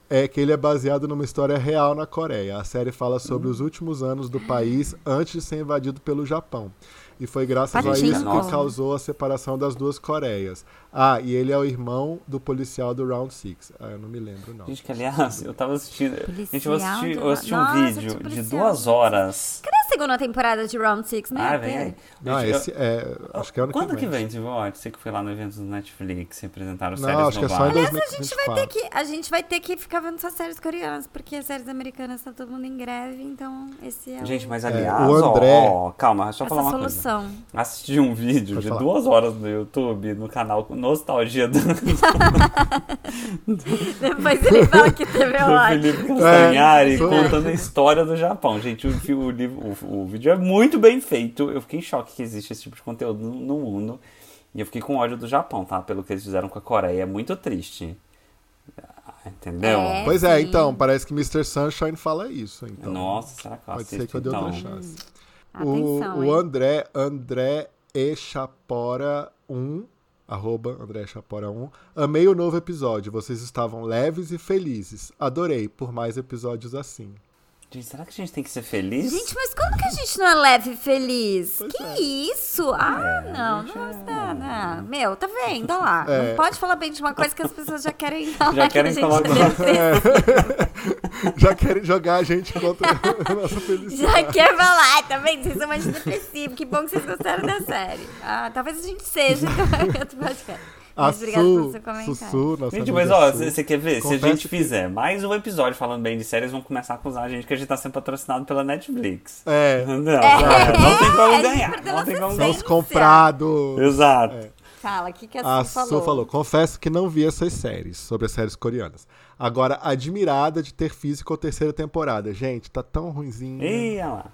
Speaker 1: é que ele é baseado numa história real na Coreia. A série fala sobre os últimos anos do país antes de ser invadido pelo Japão. E foi graças
Speaker 2: Patinho.
Speaker 1: a isso que
Speaker 3: Nossa.
Speaker 1: causou a separação das duas Coreias. Ah, e ele é o irmão do policial do Round Six. Ah, eu não me lembro, não.
Speaker 3: Gente, que aliás, eu tava assistindo. gente, eu
Speaker 2: Policial
Speaker 3: assisti,
Speaker 2: do-
Speaker 3: eu assisti um
Speaker 2: Nossa,
Speaker 3: vídeo
Speaker 2: tipo
Speaker 3: de
Speaker 2: policial.
Speaker 3: duas horas.
Speaker 2: Cadê a segunda temporada de Round Six? né? Não ia
Speaker 3: Ah,
Speaker 2: ter?
Speaker 3: vem aí.
Speaker 1: Não,
Speaker 3: Gente, eu-
Speaker 1: esse é. Acho que é ano
Speaker 3: Quando
Speaker 1: que vem.
Speaker 3: Silvio? Ó, Você que foi lá no evento do Netflix e apresentaram séries
Speaker 1: Não, acho que é só em
Speaker 3: globais.
Speaker 2: Aliás, a gente vai ter
Speaker 1: 2024.
Speaker 2: que, a gente vai ter que ficar vendo só séries coreanas, porque as séries americanas tá todo mundo em greve, então esse é o-
Speaker 3: Gente, mas
Speaker 1: É,
Speaker 3: aliás,
Speaker 1: o André-
Speaker 3: ó, ó, calma, deixa eu
Speaker 2: essa
Speaker 3: falar uma coisa.
Speaker 2: solução.
Speaker 3: Assisti um vídeo
Speaker 1: Pode
Speaker 3: de
Speaker 1: falar.
Speaker 3: duas horas no YouTube, no canal Nostalgia do,
Speaker 2: É Depois ele tá fala que teve
Speaker 3: do
Speaker 2: ódio.
Speaker 1: É,
Speaker 3: Felipe Castanhari
Speaker 1: foi.
Speaker 3: contando a história do Japão. Gente, o, fi- o, livro- o, o vídeo é muito bem feito. Eu fiquei em choque que existe esse tipo de conteúdo no, no mundo. E eu fiquei com ódio do Japão, tá? Pelo que eles fizeram com a Coreia. É muito triste. Ah, Entendeu?
Speaker 2: É.
Speaker 1: Pois é,
Speaker 2: Sim.
Speaker 1: então, parece que Mr. Sunshine fala isso. Então,
Speaker 3: Nossa, será que eu
Speaker 1: pode
Speaker 3: assisto,
Speaker 1: ser que eu dê
Speaker 3: então?
Speaker 1: outra chance. O,
Speaker 2: Atenção,
Speaker 1: o
Speaker 2: hein?
Speaker 1: André, André Echapora 1, arroba André Echapora 1, amei o novo episódio, vocês estavam leves e felizes, adorei, por mais episódios assim.
Speaker 3: Gente, será que a gente tem que ser feliz?
Speaker 2: Gente, mas como que a gente não é leve e feliz?
Speaker 1: Pois
Speaker 2: que
Speaker 1: é.
Speaker 2: isso? Ah,
Speaker 3: É,
Speaker 2: não,
Speaker 3: gente,
Speaker 2: não,
Speaker 3: é.
Speaker 2: não, não. Meu, tá vendo? Olha lá.
Speaker 1: É.
Speaker 2: Não pode falar bem de uma coisa que as pessoas já querem falar.
Speaker 3: Já querem
Speaker 2: que a
Speaker 3: falar
Speaker 2: gente
Speaker 3: mal.
Speaker 1: Já querem jogar a gente contra a nossa felicidade.
Speaker 2: Já quer falar, "Ah, tá vendo? Vocês são mais depressivos. Que bom que vocês gostaram da série. Ah, talvez a gente seja do outro podcast.
Speaker 1: A
Speaker 2: Mas obrigada pelo
Speaker 1: Su,
Speaker 2: seu comentário.
Speaker 1: Sussu, nossa
Speaker 3: Gente,
Speaker 1: amiga
Speaker 3: mas ó,
Speaker 1: Su.
Speaker 3: você quer ver? Se a
Speaker 1: Confesso
Speaker 3: gente fizer mais um episódio falando bem de séries, vão começar a acusar a gente que a gente tá sendo patrocinado pela Netflix.
Speaker 1: É,
Speaker 3: Não, não tem
Speaker 2: a
Speaker 3: como
Speaker 2: gente
Speaker 3: ganhar.
Speaker 2: perdeu
Speaker 3: Não tem
Speaker 2: nossa
Speaker 3: como
Speaker 1: são
Speaker 3: ganhar.
Speaker 1: os comprados.
Speaker 3: Exato.
Speaker 1: É.
Speaker 2: Fala, o que, que a
Speaker 1: A
Speaker 2: Su
Speaker 1: Su
Speaker 2: falou?
Speaker 1: falou. confesso que não vi essas séries, sobre as séries coreanas. Agora, admirada de ter físico ou terceira temporada. Gente, tá tão ruimzinho. né?
Speaker 3: Ih, olha lá.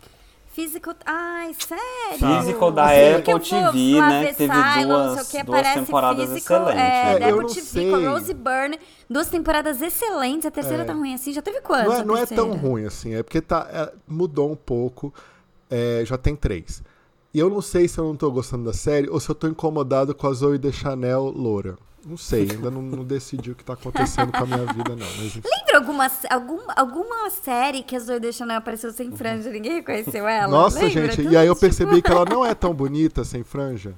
Speaker 2: Physical. Ai, sério?
Speaker 3: Physical da
Speaker 2: Sempre
Speaker 3: Apple
Speaker 2: que eu vou
Speaker 3: TV,
Speaker 2: lá
Speaker 3: né,
Speaker 2: ver
Speaker 3: que teve
Speaker 2: Cylon,
Speaker 3: duas-
Speaker 2: não sei o que,
Speaker 3: duas
Speaker 2: aparece
Speaker 3: temporadas
Speaker 2: Physical,
Speaker 3: excelentes,
Speaker 2: É,
Speaker 3: né?
Speaker 1: Eu
Speaker 2: da Apple
Speaker 1: não
Speaker 2: TV,
Speaker 1: sei.
Speaker 2: com Rose Byrne. Duas temporadas excelentes. A terceira
Speaker 1: É.
Speaker 2: tá ruim assim. Já teve quantas?
Speaker 1: Não é,
Speaker 2: a
Speaker 1: não é tão
Speaker 2: terceira?
Speaker 1: ruim assim, é porque tá, é, mudou um pouco. é, já tem três. E eu não sei se eu não tô gostando da série ou se eu tô incomodado com a Zoe de Chanel loura. Não sei, ainda não, não decidi o que tá acontecendo com a minha vida, não. Mas, enfim.
Speaker 2: Lembra alguma, alguma, alguma série que a Zoe Deschanel apareceu sem franja e ninguém reconheceu ela?
Speaker 1: Nossa,
Speaker 2: Lembra?
Speaker 1: gente,
Speaker 2: Tudo
Speaker 1: e aí eu
Speaker 2: tipo-
Speaker 1: percebi que ela não é tão bonita sem franja.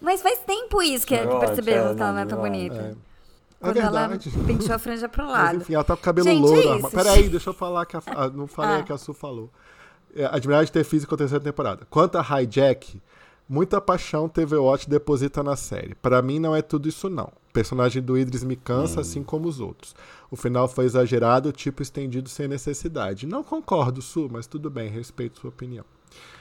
Speaker 2: Mas faz tempo isso que
Speaker 3: Verdade,
Speaker 2: percebemos
Speaker 3: é,
Speaker 2: que ela não é
Speaker 3: não,
Speaker 2: tão
Speaker 3: verdade.
Speaker 2: bonita.
Speaker 1: É
Speaker 2: Quando
Speaker 1: verdade.
Speaker 2: ela penteou a franja pro
Speaker 1: Mas,
Speaker 2: lado.
Speaker 1: enfim, ela tá com o cabelo
Speaker 2: Gente, é
Speaker 1: louro.
Speaker 2: isso,
Speaker 1: arruma-
Speaker 2: gente.
Speaker 1: Peraí, deixa eu falar que a, a- não falei
Speaker 2: Ah.
Speaker 1: a que a Su falou. É, Admirável de ter físico a terceira temporada. Quanto a Hijack, muita paixão TV Watch deposita na série. Pra mim não é tudo isso não. O personagem do Idris me
Speaker 3: Hum.
Speaker 1: cansa, assim como os outros. O final foi exagerado, tipo estendido sem necessidade. Não concordo, Su, mas tudo bem, respeito sua opinião.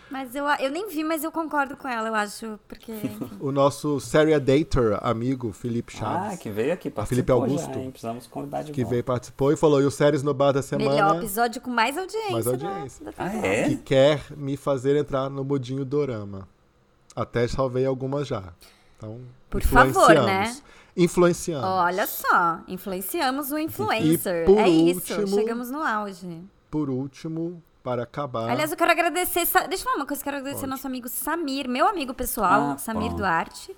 Speaker 2: Mas eu, eu nem vi, mas eu concordo com ela, eu acho. Porque. enfim.
Speaker 1: O nosso seriadator amigo, Felipe Chaves.
Speaker 3: Ah, que veio aqui, participou
Speaker 1: Tá. Felipe Augusto.
Speaker 3: já, hein? Precisamos convidar de
Speaker 1: Que
Speaker 3: volta.
Speaker 1: veio, participou e falou, e o Séries no Bar da Semana...
Speaker 2: Melhor episódio com mais audiência.
Speaker 1: Mais
Speaker 2: da-
Speaker 1: audiência.
Speaker 2: da
Speaker 3: Ah,
Speaker 2: temporada.
Speaker 1: que
Speaker 3: é?
Speaker 1: quer me fazer entrar no mudinho dorama. Até salvei algumas já. Então,
Speaker 2: Por favor, né?
Speaker 1: influenciamos. Influenciamos.
Speaker 2: Olha só, influenciamos o influencer.
Speaker 1: E por
Speaker 2: é isso,
Speaker 1: último-
Speaker 2: chegamos no auge.
Speaker 1: Por último, para acabar.
Speaker 2: Aliás, eu quero agradecer. Sa- Deixa eu falar uma coisa, eu quero agradecer ao nosso amigo Samir, meu amigo pessoal,
Speaker 3: Ah,
Speaker 2: Samir
Speaker 3: bom.
Speaker 2: Duarte.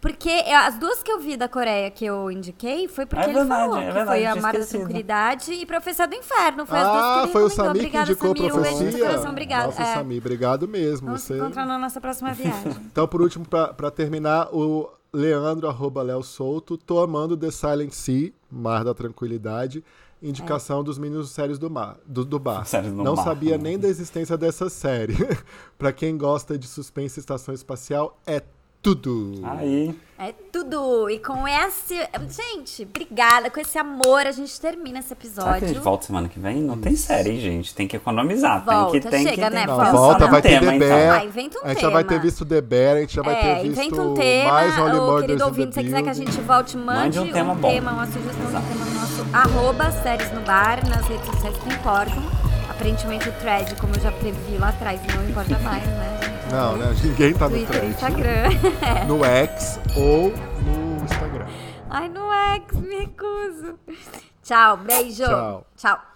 Speaker 2: Porque é, as duas que eu vi da Coreia que eu indiquei foi porque
Speaker 3: É
Speaker 2: ele
Speaker 3: verdade,
Speaker 2: falou
Speaker 3: é
Speaker 2: que
Speaker 3: verdade,
Speaker 2: foi
Speaker 3: tinha
Speaker 2: a Mar da
Speaker 3: esquecido.
Speaker 2: Tranquilidade e Professor do Inferno. Foi as duas que
Speaker 1: ah,
Speaker 2: ele
Speaker 1: foi o
Speaker 2: recomendou.
Speaker 1: Sami que
Speaker 2: Obrigada,
Speaker 1: indicou
Speaker 2: Samir.
Speaker 1: a
Speaker 2: Um beijo no seu
Speaker 1: profecia.
Speaker 2: coração, obrigada.
Speaker 1: Nossa,
Speaker 2: É,
Speaker 1: Sami, obrigado mesmo.
Speaker 2: vamos
Speaker 1: Você-
Speaker 2: nos encontrar na nossa próxima viagem.
Speaker 1: Então, por último, para terminar, o Leandro, arroba Léo Souto, tô amando The Silent Sea, Mar da Tranquilidade, indicação dos meninos séries do, mar, do, do bar.
Speaker 3: Séries do
Speaker 1: Não
Speaker 3: mar,
Speaker 1: sabia
Speaker 3: né?
Speaker 1: nem da existência dessa série. para quem gosta de suspense e estação espacial, é tudo.
Speaker 3: Aí.
Speaker 2: É tudo. E com esse. Gente, obrigada. Com esse amor, a gente termina esse
Speaker 3: Será que a gente
Speaker 2: episódio.
Speaker 3: volta semana que vem? Não tem série, hein, gente? Tem que economizar. tem
Speaker 2: Volta,
Speaker 3: que, tem
Speaker 2: chega,
Speaker 3: que,
Speaker 2: né?
Speaker 3: tem que
Speaker 1: Não,
Speaker 2: Vamos
Speaker 3: pensar
Speaker 1: volta,
Speaker 3: no
Speaker 1: vai ter
Speaker 3: tema,
Speaker 1: The
Speaker 3: então.
Speaker 1: Bear.
Speaker 2: Ah, inventa um
Speaker 1: a gente já vai
Speaker 2: tema.
Speaker 1: ter visto The Bear, a gente já vai
Speaker 2: é,
Speaker 1: ter visto
Speaker 2: inventa um tema.
Speaker 1: mais Holy
Speaker 2: ô,
Speaker 1: Murders
Speaker 2: querido
Speaker 1: in the
Speaker 2: ouvinte, se você quiser que a
Speaker 1: Building.
Speaker 2: gente volte, mande,
Speaker 3: Mande um tema bom.
Speaker 2: tema, uma sugestão de tema no nosso arroba séries no bar, nas redes sociais que importam. Aparentemente o thread, como eu já previ lá atrás, não importa mais, né?
Speaker 1: Não, né? Ninguém tá no
Speaker 2: Twitter,
Speaker 1: trend.
Speaker 2: Instagram.
Speaker 1: No X ou no Instagram.
Speaker 2: Ai, no X, me recuso. Tchau, beijo.
Speaker 1: Tchau.
Speaker 2: Tchau.